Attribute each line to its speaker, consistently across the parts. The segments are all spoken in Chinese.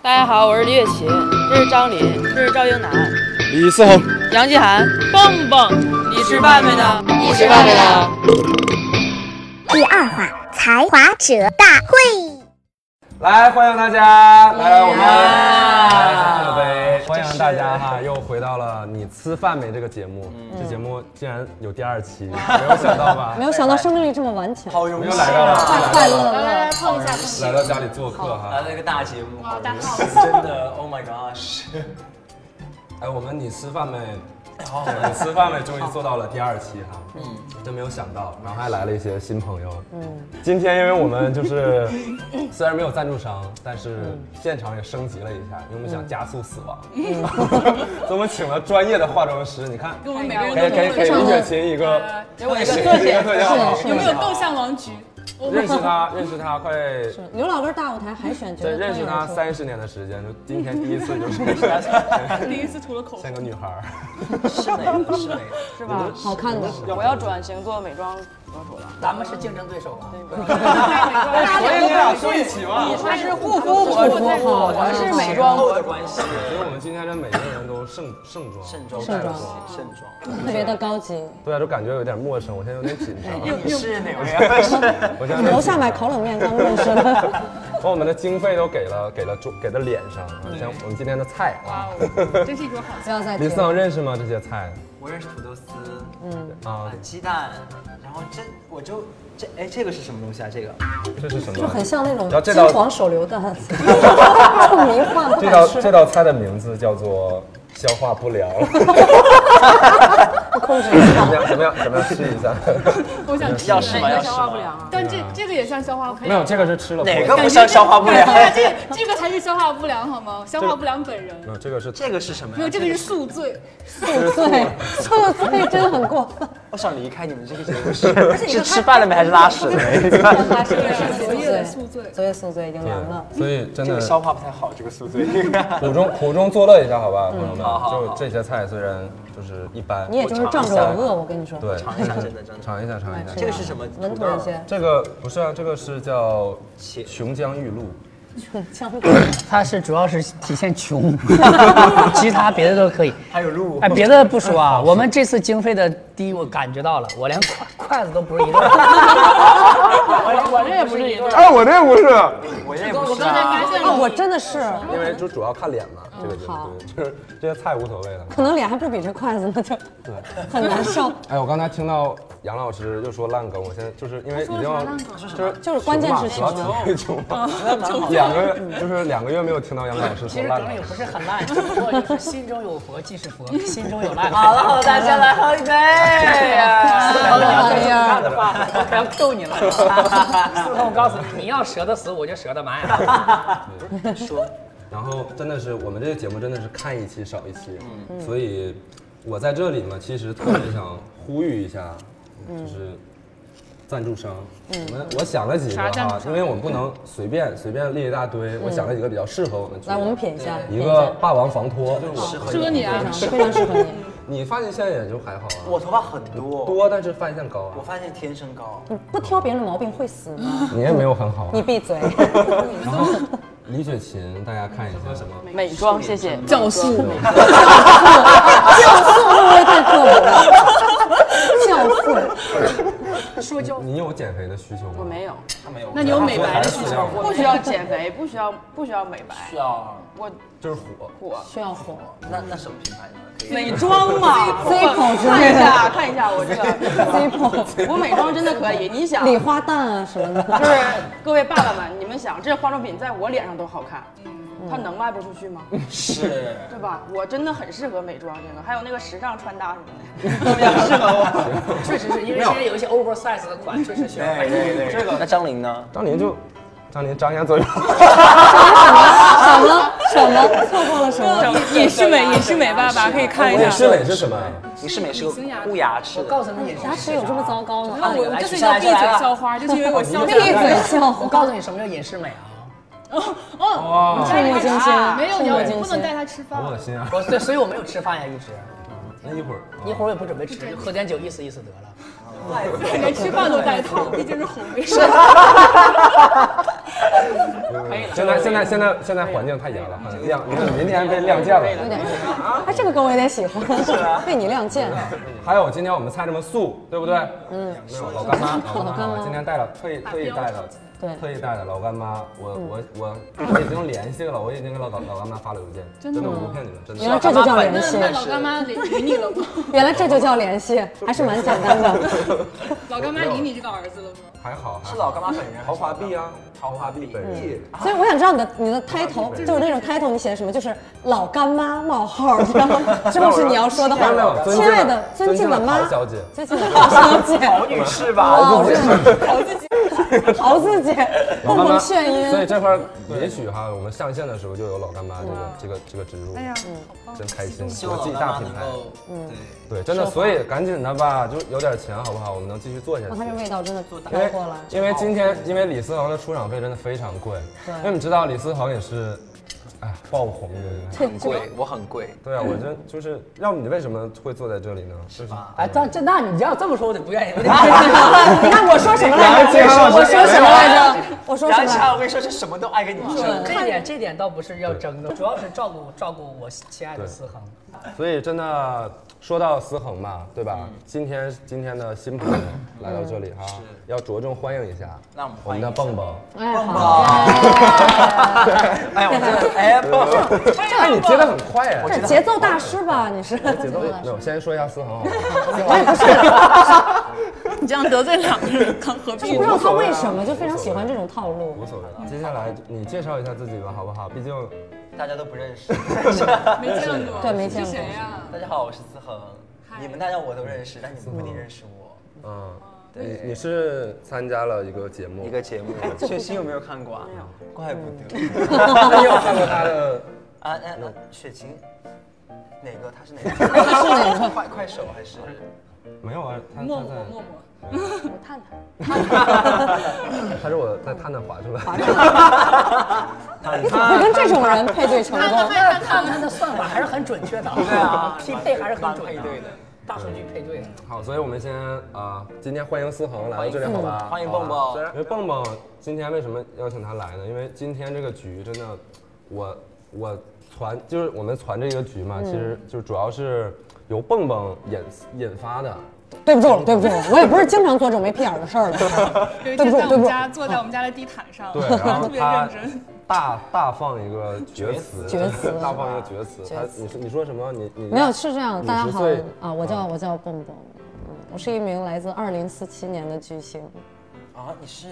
Speaker 1: 大家好，我是李雪琴，这是张琳，这是赵英男，
Speaker 2: 李思恒，
Speaker 1: 杨继涵，蹦蹦，你吃饭没呢？你吃饭没呢？
Speaker 3: 第二话，才华者大会。
Speaker 2: 来欢迎大家，来我们来
Speaker 4: 啊
Speaker 2: 喝杯，欢迎大家哈，又回到了你吃饭没这个节目，这节目竟然有第二期，没有想到吧？
Speaker 4: 嗯 没有想到生命力这么顽强，
Speaker 5: 好荣
Speaker 2: 又
Speaker 5: 幸
Speaker 2: 来到
Speaker 5: 啊！
Speaker 4: 快
Speaker 2: 了，
Speaker 4: 快乐乐。
Speaker 2: 来到家里做客哈
Speaker 5: 来。了一个大节目，好荣幸， 真的，Oh my gosh！
Speaker 2: 哎，我们你吃饭没？你吃饭没？终于做到了第二期哈，嗯，真没有想到，然后还来了一些新朋友，嗯，今天因为我们就是虽然没有赞助商，但是现场也升级了一下，因为我们想加速死亡， 所以我们请了专业的化妆师，你看，
Speaker 6: 我们每个人
Speaker 2: 给给给李雪琴一个
Speaker 6: 给我一
Speaker 2: 特
Speaker 6: 个
Speaker 2: 写，一个特写好
Speaker 4: 是
Speaker 6: 有没有够像王菊？
Speaker 2: 认识他，认识他快。
Speaker 4: 刘老根大舞台海选，觉
Speaker 2: 对，
Speaker 4: 得
Speaker 2: 认识他三十年的时间，就今天第一次就是
Speaker 6: 第一次涂了口红
Speaker 2: 像，个女孩儿。
Speaker 5: 是的，是的，
Speaker 1: 是吧？
Speaker 4: 好看的，
Speaker 1: 我要转型做美妆博主了。
Speaker 5: 咱们是竞争对手吧？
Speaker 2: 所以你俩住一起 嘛。
Speaker 1: 他是护肤博主，我是美妆
Speaker 5: 后的关系，
Speaker 2: 所以我们今天这每个人都盛盛装，
Speaker 5: 盛装，
Speaker 2: 盛
Speaker 5: 盛
Speaker 2: 装，
Speaker 5: 装，盛装。
Speaker 4: 特别的高级。
Speaker 2: 对啊，就感觉有点陌生，我现在有点紧张。
Speaker 5: 你是哪位啊？
Speaker 2: 我现在有点紧张
Speaker 4: 楼下买烤冷面刚认识的，
Speaker 2: 把我们的经费都给了，给了桌，给了脸上啊，像我们今天的菜啊。
Speaker 6: 真是一桌好
Speaker 4: 不要再
Speaker 2: 林
Speaker 4: 提
Speaker 2: 思
Speaker 4: 了。
Speaker 2: 恒认识吗？这些菜
Speaker 5: 我认识土豆丝，
Speaker 2: 啊
Speaker 5: 啊，，鸡蛋，然后这我就这哎，这个是什么东西啊？这个
Speaker 2: 这是什
Speaker 4: 就很
Speaker 2: 么？
Speaker 4: 像那种
Speaker 2: 然后这
Speaker 4: 金
Speaker 2: 道
Speaker 4: 黄手榴弹，这么迷幻，不
Speaker 2: 这
Speaker 4: 敢
Speaker 2: 道
Speaker 4: 吃，
Speaker 2: 这道菜的名字叫做消化不良。
Speaker 4: 控制不
Speaker 2: 怎么
Speaker 4: 了。
Speaker 2: 样？怎么样？怎么样？试一下。
Speaker 6: 我想吃，
Speaker 5: 要吃吗？要吃
Speaker 1: 消化不
Speaker 5: 吗？
Speaker 1: 良啊。
Speaker 6: 但这这个也像消化不良。
Speaker 2: 没有，这个是吃了。
Speaker 5: 哪个不像消化不良？
Speaker 6: 感觉这这个才是消化不良好吗？消化不良本人。
Speaker 2: 嗯，这个是
Speaker 5: 这个是什么
Speaker 6: 没有，
Speaker 5: 呀？
Speaker 6: 这个是宿醉。
Speaker 4: 对，宿醉真的很过分。
Speaker 5: 我想离开你们这个节目是是吃饭了没还是拉屎了没？
Speaker 4: 发生了什么
Speaker 6: 昨夜的宿
Speaker 4: 宿
Speaker 6: 醉
Speaker 4: 醉？昨夜宿醉已经凉了。
Speaker 2: 所以真
Speaker 5: 这
Speaker 2: 的
Speaker 5: 个消化不太好，这个宿醉。
Speaker 2: 苦中苦中作乐一下，嗯好吧，朋友们。
Speaker 5: 好好
Speaker 2: 就
Speaker 5: 好
Speaker 2: 这些菜虽然就是一般，
Speaker 4: 你也就是仗着我饿，我跟你说。
Speaker 2: 对，
Speaker 5: 尝一下真的真的
Speaker 2: 尝一下，尝一下。
Speaker 5: 这个是什么？
Speaker 4: 稳妥一些，
Speaker 2: 这个不是啊，这个是叫
Speaker 5: 茄
Speaker 2: 琼浆玉露，
Speaker 7: 它是主要是体现穷，其他别的都可以。
Speaker 5: 还有鹿
Speaker 7: 哎，别的不说啊，我们这次经费的低，我感觉到了，我连筷筷子都不是一对儿。
Speaker 6: 我这也不是一对儿。
Speaker 2: 哎，我这不是，
Speaker 5: 我也不是啊。
Speaker 6: 发现
Speaker 4: 啊，我真的是，
Speaker 2: 因为就主要看脸嘛，这个就是
Speaker 4: 嗯好
Speaker 2: 对就是这些菜无所谓了。
Speaker 4: 可能脸还不比这筷子呢，就很难受。
Speaker 2: 哎，我刚才听到杨老师又说烂梗，我现在就是因为已经要就是
Speaker 4: 就是关键是
Speaker 2: 主
Speaker 4: 什
Speaker 2: 要
Speaker 4: 么？
Speaker 2: 处于穷 嘛，两个月就是两个月没有听到杨老师说烂梗了。
Speaker 7: 是很烂，只不过就是心中有佛即是佛，心中有烂。
Speaker 5: 好了好了，大家 来喝一杯。
Speaker 4: 哎呀，
Speaker 7: 我可要 Q 你了。四通，我告诉你，你要折得死，我就折得埋。
Speaker 5: 说
Speaker 2: 然后真的是我们这个节目真的是看一期少一期，
Speaker 4: 嗯
Speaker 2: 所以我在这里嘛，其实特别想呼吁一下，
Speaker 4: 嗯
Speaker 2: 就是赞助商，我们我想了几个
Speaker 6: 啥赞助
Speaker 2: 啊，
Speaker 6: 商
Speaker 2: 因为我们不能随便随便列一大堆，我想了几个比较适合我们俱
Speaker 4: 嗯来，
Speaker 2: 乐部。
Speaker 4: 我们品一下，
Speaker 2: 一
Speaker 4: 品一
Speaker 2: 个
Speaker 4: 下，
Speaker 2: 霸王防脱，
Speaker 6: 适合你啊！
Speaker 4: 非常适合你。
Speaker 2: 你发际线也就还好啊，
Speaker 5: 我头发很多，
Speaker 2: 多但是发际线高
Speaker 5: 我
Speaker 2: 啊，
Speaker 5: 发现天生高。
Speaker 4: 不挑别人的毛病会死吗？
Speaker 7: 嗯
Speaker 2: 你也没有很好啊。
Speaker 4: 你闭嘴！
Speaker 2: 然后李雪琴，大家看一下什么？
Speaker 1: 美妆，谢谢。
Speaker 6: 酵素，
Speaker 4: 酵素会不会太刻薄了？酵素，
Speaker 2: 你有减肥的需求吗？
Speaker 1: 我没有，
Speaker 6: 那你有美白的需求？
Speaker 2: 我
Speaker 1: 不需要减肥，不需要不需要美白，
Speaker 5: 要
Speaker 1: 我
Speaker 2: 就是火。
Speaker 1: 我
Speaker 4: 需要火，
Speaker 5: 那那什么品牌呢？可以。
Speaker 1: 美妆嘛，
Speaker 4: Z 口 之
Speaker 1: 看
Speaker 4: 类
Speaker 1: 一
Speaker 4: 的
Speaker 1: 下看一下我这个，
Speaker 4: ，Z 口，
Speaker 1: 我美妆真的可以。你想，
Speaker 4: 礼
Speaker 1: 就
Speaker 4: 花弹啊什么的。
Speaker 1: 是各位爸爸们，你们想这化妆品在我脸上都好看，它能卖不出去吗？
Speaker 5: 是，
Speaker 1: 对吧？我真的很适合美妆这个，还有那个时尚穿搭什么的。
Speaker 5: 特别适合我。
Speaker 7: 确实是因为现在有一些 oversize 的款，确实需要
Speaker 5: 对哎对对，这个。 那张琳呢？
Speaker 2: 张琳就，张琳张一下嘴巴。
Speaker 4: 什么什么错过了什么？
Speaker 6: 隐适美，隐适美爸爸可以看一
Speaker 2: 美
Speaker 6: 下。
Speaker 2: 式美是什么呀？
Speaker 5: 你是美是个护牙齿的，
Speaker 7: 告诉你，也是
Speaker 4: 牙齿有这么糟糕吗？啊
Speaker 6: 我我就是要闭嘴校花，就是因为我笑
Speaker 4: 闭嘴
Speaker 6: 笑。
Speaker 4: 笑
Speaker 7: 我
Speaker 4: 话，
Speaker 7: 告诉你什么叫隐适美啊！
Speaker 6: 哦，
Speaker 4: 触目惊心。
Speaker 6: 没有你
Speaker 4: 触目
Speaker 6: 要
Speaker 4: 惊
Speaker 6: 不能
Speaker 4: 心。
Speaker 6: 带他吃饭
Speaker 2: 好。恶心啊！
Speaker 7: 我对，所以我没有吃饭呀，一直。
Speaker 2: 那一会儿，
Speaker 7: 一会儿我也不准备吃，就喝点酒意思意思得了。
Speaker 6: 连吃饭都带套，毕竟是红卫生。
Speaker 2: 现在现在现在现在环境太严了，很亮，你看明天被亮剑了。
Speaker 4: 哎，这个歌我有点喜
Speaker 7: 啊
Speaker 4: 欢，被你亮剑了。
Speaker 2: 还有今天我们菜这么素，对不对？嗯，没有老 干妈，老干妈，今天带了特意特意带的，
Speaker 4: 对嗯
Speaker 2: 特意带的老干妈，我我我我已经联系了，我已经给老老老干妈发了邮件，真的我不骗你们，真
Speaker 4: 原来
Speaker 2: 的。
Speaker 4: 这就叫
Speaker 6: 那
Speaker 4: 联系，
Speaker 6: 那老干妈理理你了吗？
Speaker 4: 原来这就叫联系，还是蛮简单的。
Speaker 6: 老干妈理你这个儿子了吗？
Speaker 2: 还好，还好
Speaker 5: 是老干妈本人，
Speaker 2: 豪华币啊，豪华币本人。
Speaker 4: 所以我想知道你的你的 title 就是那种 title 你写的什么？就是老干妈冒号，这样这不是你要说的
Speaker 2: 没
Speaker 4: 话
Speaker 2: 有没有，。尊
Speaker 4: 亲
Speaker 2: 敬
Speaker 4: 爱的，尊敬的妈，
Speaker 2: 小姐，
Speaker 4: 尊敬的陶小姐，
Speaker 5: 女士吧？
Speaker 4: 陶自己，陶自己，
Speaker 2: 老
Speaker 4: 蹦
Speaker 2: 干妈
Speaker 4: 蹦炫音。
Speaker 2: 所以这块儿也许哈，我们上线的时候就有老干妈这个这个这个植入，哎呀，真开心，
Speaker 5: 希
Speaker 2: 国
Speaker 5: 望
Speaker 2: 际
Speaker 5: 老
Speaker 2: 大
Speaker 5: 干妈
Speaker 2: 品
Speaker 5: 能
Speaker 2: 牌。
Speaker 5: 够，对，
Speaker 2: 对，真的，所以赶紧的吧，就有点钱好不好？我们能继续做下去
Speaker 4: 哇，。它这味道真的太
Speaker 2: 因为
Speaker 4: 过了。
Speaker 2: 因为今天因为李思恒的出场费真的非常贵，因为你知道李思恒也是，哎，爆红的 人。
Speaker 5: 很贵，我很贵。
Speaker 2: 对啊，我真就是，要不你为什么会坐在这里呢？就是
Speaker 7: 哎，但这那你要这么说，我就不 愿意。我就
Speaker 4: 你看我说什么来
Speaker 5: 哎
Speaker 4: 着？ 我说什么来着？我说什
Speaker 5: 然后
Speaker 4: 么？
Speaker 5: 下我跟你说，这什么都爱跟你争。
Speaker 7: 这一点这一点倒不是要争的，主要是照顾照顾我亲爱的思恒。
Speaker 2: 所以真的说到思恒嘛，对吧？今天今天的新朋友来到这里哈，要着重欢迎一下。
Speaker 5: 那我们
Speaker 2: 嗯我
Speaker 5: 欢
Speaker 2: 们
Speaker 5: 迎
Speaker 2: 的蹦蹦，
Speaker 4: 哎，好，
Speaker 5: 哎呀，我 真的，哎，不，
Speaker 2: 哎，你接的很快哎，
Speaker 4: 这节奏大师吧？你是？
Speaker 2: 节奏没有，先说一下思 恒好吗？啊
Speaker 8: 你这样得罪两个人，刚何必
Speaker 4: 不知道他为什么就非常喜欢这种套路
Speaker 2: 无。所谓了，接下来你介绍一下自己吧，好不好？毕竟
Speaker 5: 大家都不认识。
Speaker 6: 没见过，
Speaker 4: 对没见
Speaker 6: 是
Speaker 4: 过
Speaker 6: 谁啊呀？
Speaker 5: 大家好，我是思恒，你们大家我都认识，但你们不一定认识我。
Speaker 2: 嗯，你你是参加了一个节目，
Speaker 5: 嗯一个节目，雪清有没有看过啊？嗯没有，怪不得。
Speaker 2: 你有看过他 的？
Speaker 5: 啊，那那雪晴，哪个？他是哪个？他是 哪个？快快手还是？
Speaker 2: 没有啊，他
Speaker 6: 默
Speaker 2: 他
Speaker 6: 默默
Speaker 2: 在，嗯
Speaker 6: 默，
Speaker 2: 他是我在探探划 出来的。
Speaker 4: 你怎么会跟这种人配对成功？
Speaker 7: 但看他的算法还是很准确的，对
Speaker 5: 啊
Speaker 7: 匹配还是很准啊
Speaker 5: 配对的，
Speaker 7: 大数据配对的。
Speaker 2: 好，所以我们先啊，今天欢迎思恒来到这里，好吧？
Speaker 5: 欢迎蹦蹦
Speaker 2: 好吧虽
Speaker 6: 哎
Speaker 2: 然因为蹦蹦今天为什么邀请他来呢？因为今天这个局真的，我我传就是我们传这个局嘛，其实就主要是由蹦蹦引引发的。
Speaker 4: 对不住了，对不住了，我也不是经常做这种没屁眼儿的事儿了。
Speaker 6: 有一
Speaker 4: 对
Speaker 6: 天
Speaker 4: 不住
Speaker 6: 在我
Speaker 4: 对不
Speaker 6: 们
Speaker 4: 住
Speaker 6: 家坐在我们家的地毯上，
Speaker 2: 对，然后
Speaker 6: 特别
Speaker 2: 他
Speaker 6: 认真。
Speaker 2: 大大放一个厥词，
Speaker 4: 厥词
Speaker 2: 大放一个厥词。他
Speaker 4: 厥词
Speaker 2: 你说你说什么？你你
Speaker 4: 没有，是这样。
Speaker 2: 50
Speaker 4: 大家好
Speaker 2: 岁
Speaker 4: 啊，我叫我叫蹦蹦，嗯，我是一名来自二零四七年的巨 星。
Speaker 5: 啊，你是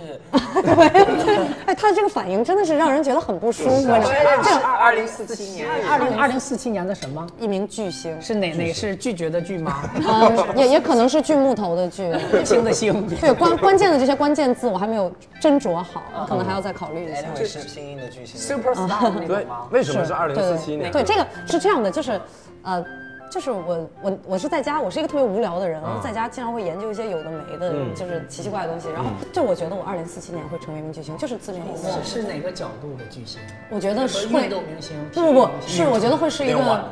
Speaker 4: 哎，他这个反应真的是让人觉得很不舒服。
Speaker 2: 啊
Speaker 4: 这样
Speaker 5: 二零四七年，
Speaker 7: 二零二零四七年的什么？
Speaker 4: 一名巨 星，
Speaker 7: 是哪哪是拒绝的 拒吗？
Speaker 4: 嗯，也也可能是锯木头的锯。
Speaker 7: 星的星。
Speaker 4: 对关关键的这些关键字，我还没有斟酌好，可能还要再考虑一下。
Speaker 5: 这是拼音的巨星。
Speaker 7: Super star 哎那
Speaker 2: 所以
Speaker 7: 种吗？
Speaker 2: 为什嗯么是二零四七年？
Speaker 4: 对，这个是这样的，就是，呃，就是我我我是在家，我是一个特别无聊的人，
Speaker 2: 啊
Speaker 4: 在家经常会研究一些有的没的，
Speaker 2: 嗯
Speaker 4: 就是奇奇怪怪的东西。然后就我觉得我二零四七年会成为一名巨星，就是自恋意识。
Speaker 7: 是哪个角度的巨星？
Speaker 4: 我觉得是
Speaker 7: 运
Speaker 4: 会，
Speaker 7: 动明星？
Speaker 4: 不不不是，我觉得会是一
Speaker 5: 没有
Speaker 4: 个
Speaker 5: 啊，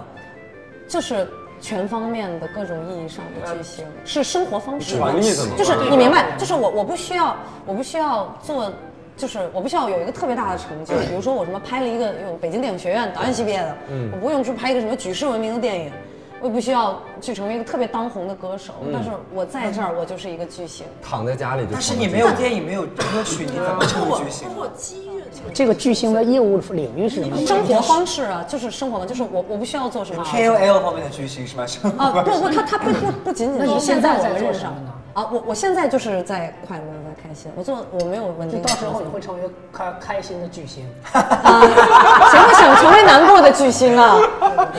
Speaker 4: 就是全方面的各种意义上的巨星，是生活方式吧。
Speaker 2: 同意的吗？
Speaker 4: 就是你明白，就是我我不需要，我不需要做，就是我不需要有一个特别大的成就。比如说我什么拍了一个用北京电影学院导演系毕业的，我不用去拍一个什么举世闻名的电影，我也不需要去成为一个特别当红的歌手。但是我在这儿，我就是一个巨星。
Speaker 2: 躺在家里就。
Speaker 5: 但是你没有电影，没有歌曲，你怎么成为巨星？
Speaker 7: 这个巨星的业务领域是什么？
Speaker 4: 生活方式啊，就是生活的，就是我我不需要做什么
Speaker 5: KOL 方面的巨星是吗？
Speaker 4: 啊，
Speaker 1: 哦
Speaker 4: 不不，他他不不不仅仅是现在我们认识
Speaker 7: 那你现在在做什么呢
Speaker 4: 啊，我我现在就是在快乐在开心，我做我没有稳
Speaker 7: 就
Speaker 4: 定的
Speaker 7: 到时
Speaker 4: 工
Speaker 7: 候
Speaker 4: 作。
Speaker 7: 你会成为一个开开心的巨星，
Speaker 4: 啊，谁会想成为难过的巨星啊？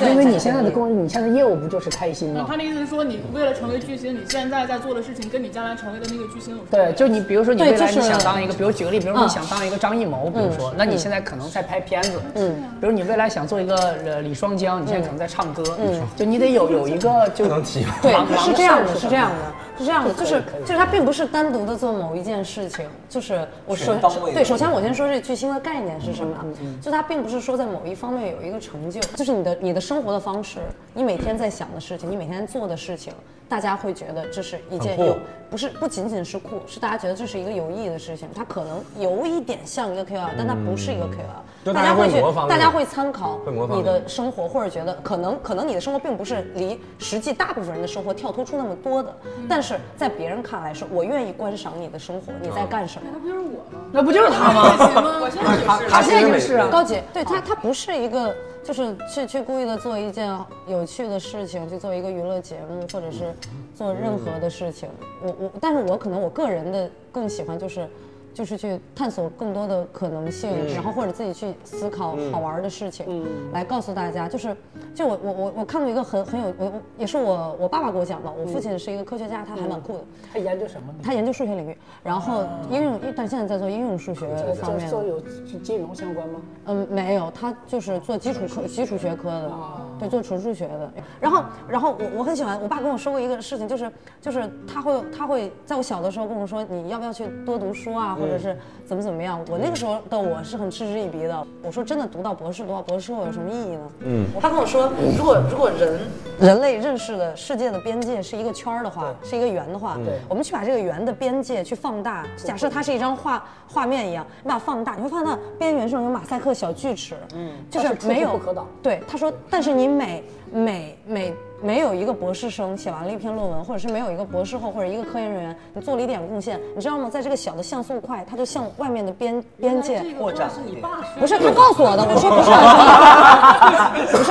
Speaker 7: 因为你现在的工，你现在的业务不就是开心
Speaker 6: 然
Speaker 7: 吗
Speaker 6: 嗯
Speaker 9: 嗯
Speaker 6: 后？他的意思是说，你为了成为巨星，你现在在做的事情跟你将来成为的那个巨星有什么
Speaker 7: 对，就你比如说你
Speaker 4: 对
Speaker 7: 未来
Speaker 4: 就是
Speaker 7: 你想当一个，比如举个例，比如
Speaker 4: 嗯
Speaker 7: 你想当一个张艺谋，比如说，那你现在可能在拍片子，嗯，比如你未来想做一个呃李双江，你现在可能在唱歌，嗯，就你得有有一个就
Speaker 2: 不能提吗
Speaker 4: 对
Speaker 7: 忙，忙
Speaker 4: 是
Speaker 7: 的
Speaker 4: 这样
Speaker 7: 事儿
Speaker 4: 的，
Speaker 7: 是
Speaker 4: 是
Speaker 7: 吧
Speaker 4: 这样的，是这样的，
Speaker 7: 就可
Speaker 4: 就
Speaker 7: 以
Speaker 4: 是
Speaker 7: 可以
Speaker 4: 就是他并不是单独的做某一件事情，就是我首
Speaker 5: 全方位的
Speaker 4: 对，首
Speaker 7: 嗯
Speaker 4: 先我先说这巨星的概念是什么啊，就他并不是说在某一方面有一个成就，就是你的你你的生活的方式，你每天在想的事情，你每天做的事情，大家会觉得这是一件
Speaker 2: 很酷
Speaker 4: 有不是不仅仅是酷，是大家觉得这是一个有意义的事情。它可能有一点像一个 KOL，但它不是一个 KOL、
Speaker 2: 嗯就
Speaker 4: 大
Speaker 2: 大家会
Speaker 4: 去
Speaker 2: 模仿，那
Speaker 4: 大家
Speaker 2: 种
Speaker 4: 会参考
Speaker 2: 会模仿
Speaker 4: 你
Speaker 2: 那
Speaker 4: 的
Speaker 2: 种
Speaker 4: 生活，或者觉得可能可能你的生活并不是离实际大部分人的生活跳脱出那么多的，但是在别人看来是，我愿意观赏你的生活，
Speaker 2: 啊
Speaker 4: 你在干什么。
Speaker 6: 那不就是我吗？
Speaker 7: 那不就是他吗？
Speaker 6: 行吗？我现在也是。
Speaker 7: 他现在就是啊，
Speaker 4: 高姐，对她，她不是一个，就是去去故意的做一件有趣的事情，去做一个娱乐节目，或者是做任何的事情。我我，但是我可能我个人的更喜欢就是。就是去探索更多的可能性，然后或者自己去思考好玩的事情，来告诉大家。就是，就我我我我看过一个很很有我我也是我我爸爸给我讲的，我父亲是一个科学家，他还蛮酷的，
Speaker 7: 他研究什么呢？
Speaker 4: 他研究数学领域，然后应用，但现在在做应用数学方面
Speaker 7: 这
Speaker 4: 的。
Speaker 7: 这有金融相关吗？
Speaker 4: 嗯，没有，他就是做基础科、基础学科的，对，做纯数学的。然后，然后我我很喜欢，我爸跟我说过一个事情，就是就是他会他会在我小的时候跟我说，你要不要去多读书啊，或者是怎么怎么样。我那个时候的我是很嗤之以鼻的，我说真的，读到博士，读到博士后有什么意义呢？嗯，他跟我说，如果如果人人类认识的世界的边界是一个圈儿的话，是一个圆的话，我们去把这个圆的边界去放大，假设它是一张画画面一样，你把它放大，你会发现它边缘上有马赛克小锯齿，嗯，就是
Speaker 7: 它是
Speaker 4: 没
Speaker 7: 触
Speaker 4: 有
Speaker 7: 手不可挡
Speaker 4: 对，他说，但是你每每每没有一个博士生写完了一篇论文，或者是没有一个博士后或者一个科研人员，你做了一点贡献，你知道吗？在这个小的像素块，它就向外面的边边界
Speaker 6: 扩展是你爸
Speaker 4: 不是他告诉我的，我说不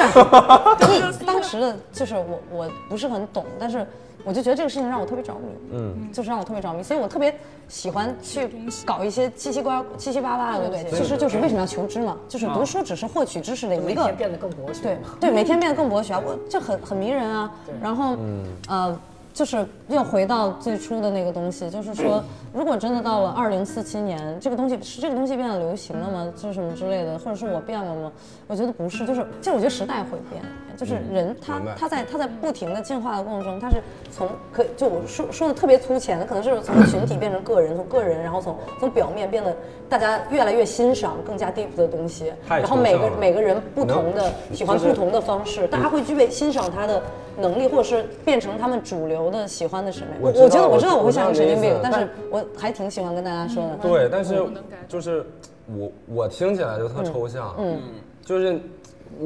Speaker 4: 是，不 是，因为当时的就是我我不是很懂，但是我就觉得这个事情让我特别着迷，嗯，就是让我特别着迷，所以我特别喜欢去搞一些七七八七七八八的东西。其实就是为什么要求知嘛，就是读书只是获取知识的一
Speaker 7: 每
Speaker 4: 个
Speaker 7: 天变得更博学。
Speaker 4: 对对，每天变得更博学，我这很很迷人啊。然后，
Speaker 2: 嗯
Speaker 4: 呃，就是又回到最初的那个东西，就是说，如果真的到了二零四七年，这个东西是这个东西变得流行了吗？就是什么之类的，或者是我变了吗？我觉得不是，就是就我觉得时代会变，就是人他
Speaker 2: 嗯明白
Speaker 4: 他在他在不停的进化的过程中，他是从可就我说说的特别粗浅的，可能是 从群体变成个人，从个人然后从从表面变得大家越来越欣赏更加 deep 的东西，
Speaker 2: 太
Speaker 4: 然后
Speaker 2: 抽
Speaker 4: 每
Speaker 2: 象
Speaker 4: 个
Speaker 2: 了
Speaker 4: 每个人不同的
Speaker 2: 能
Speaker 4: 喜欢
Speaker 2: 就是
Speaker 4: 不同的方式，大家会具备欣赏他的能力，或者是变成他们主流的喜欢的审美。
Speaker 2: 我
Speaker 4: 我
Speaker 2: 知道
Speaker 4: 我觉得我知道
Speaker 2: 我
Speaker 4: 我会像个神经
Speaker 2: 我知道你的意
Speaker 4: 病
Speaker 2: 思，
Speaker 4: 但是我还挺喜欢跟大家说的。
Speaker 2: 对，但是就是我我听起来就特抽象，嗯，就是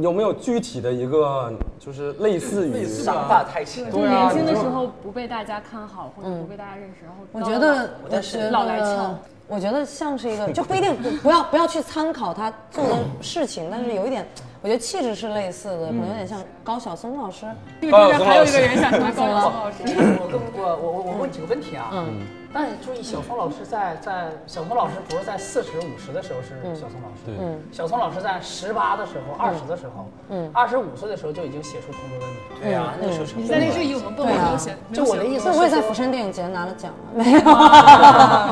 Speaker 2: 有没有具体的一个就是类似于
Speaker 5: 想法太浅。
Speaker 2: 对啊
Speaker 9: 年轻的时候不被大家看好，或者
Speaker 4: 嗯
Speaker 9: 不被大家认识，然后
Speaker 4: 我
Speaker 9: 到
Speaker 4: 觉
Speaker 9: 了
Speaker 4: 得，我
Speaker 5: 但
Speaker 4: 觉
Speaker 5: 是
Speaker 4: 得
Speaker 9: 老来俏。
Speaker 4: 我觉得像是一个， 就不一定不不要不要去参考他做的事情，但是有一点，我觉得气质是类似的，可能有点像高晓松老师。
Speaker 9: 这个中间还有一个人想成为高晓松老师。
Speaker 10: 我跟我我我我问几个问题啊。嗯。但注意，小松老师在在小松老师不是在四十五十的时候是小松老师，
Speaker 2: 对
Speaker 7: 嗯
Speaker 10: 小松老师在十八的时候、二十的时候、嗯，二十五岁的时候就已经写出《同桌的你》。
Speaker 5: 对啊，那个时候成
Speaker 6: 你在那是以我们不没
Speaker 4: 啊
Speaker 9: 啊
Speaker 6: 有写，没
Speaker 10: 就
Speaker 6: 有
Speaker 10: 我
Speaker 6: 写
Speaker 10: 的意思
Speaker 4: 所以
Speaker 10: 是
Speaker 4: 我也在
Speaker 10: 说，
Speaker 4: 釜山电影节拿了奖啊，没有，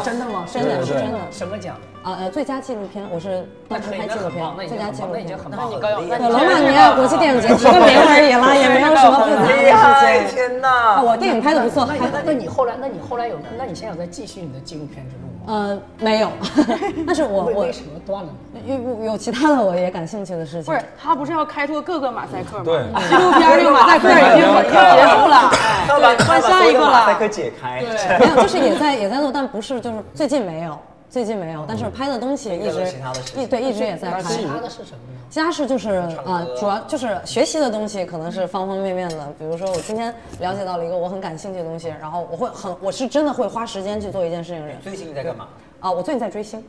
Speaker 7: 真的吗？
Speaker 4: 真的是真的
Speaker 7: 什么奖？
Speaker 4: 啊呃，最佳纪录片我是
Speaker 10: 那
Speaker 4: 当时
Speaker 10: 可以，
Speaker 4: 拍
Speaker 10: 那
Speaker 4: 纪录
Speaker 10: 很棒，那
Speaker 4: 片，
Speaker 10: 已
Speaker 4: 最
Speaker 10: 经
Speaker 4: 佳
Speaker 10: 很
Speaker 4: 纪录
Speaker 10: 棒，那已经。很棒了。
Speaker 4: 片对，罗马尼亚国际 电影节提个名而已啦，也没有什么复杂
Speaker 1: 哎
Speaker 4: 的事情。啊
Speaker 5: 天哪！
Speaker 4: 我电影拍的不错，
Speaker 10: 那你那那你后来，那你后来有，那你现在有在继续你的纪录片之路吗？
Speaker 4: 呃，没有， 但是我
Speaker 10: 为
Speaker 4: 我
Speaker 10: 为什么断了呢？
Speaker 4: 有有其他的我也感兴趣的事
Speaker 1: 不。
Speaker 4: 情
Speaker 1: 是，他不是要开拓各个马赛克吗？
Speaker 2: 对，
Speaker 1: 纪录片这个马赛克已经已经结束了，哎
Speaker 5: 他把
Speaker 1: 对
Speaker 5: 他
Speaker 1: 换
Speaker 5: 把
Speaker 1: 下
Speaker 5: 所
Speaker 1: 一
Speaker 5: 有
Speaker 1: 个
Speaker 5: 的马赛克
Speaker 1: 了。
Speaker 5: 解开，
Speaker 4: 没有，就是也在也在做，但不是就是最近没有，最近没有，但是拍的东西一
Speaker 5: 有
Speaker 4: 直
Speaker 5: 其他的事情
Speaker 4: 一对一直也在拍。
Speaker 10: 其他的是什么呢？
Speaker 4: 家事就是
Speaker 5: 唱歌
Speaker 4: 啊、主要就是学习的东西，可能是方方面面的。比如说，我今天了解到了一个我很感兴趣的东西，然后我会很，我是真的会花时间去做一件事情的人。
Speaker 5: 最近你在干嘛？
Speaker 4: 啊，我最近在追星，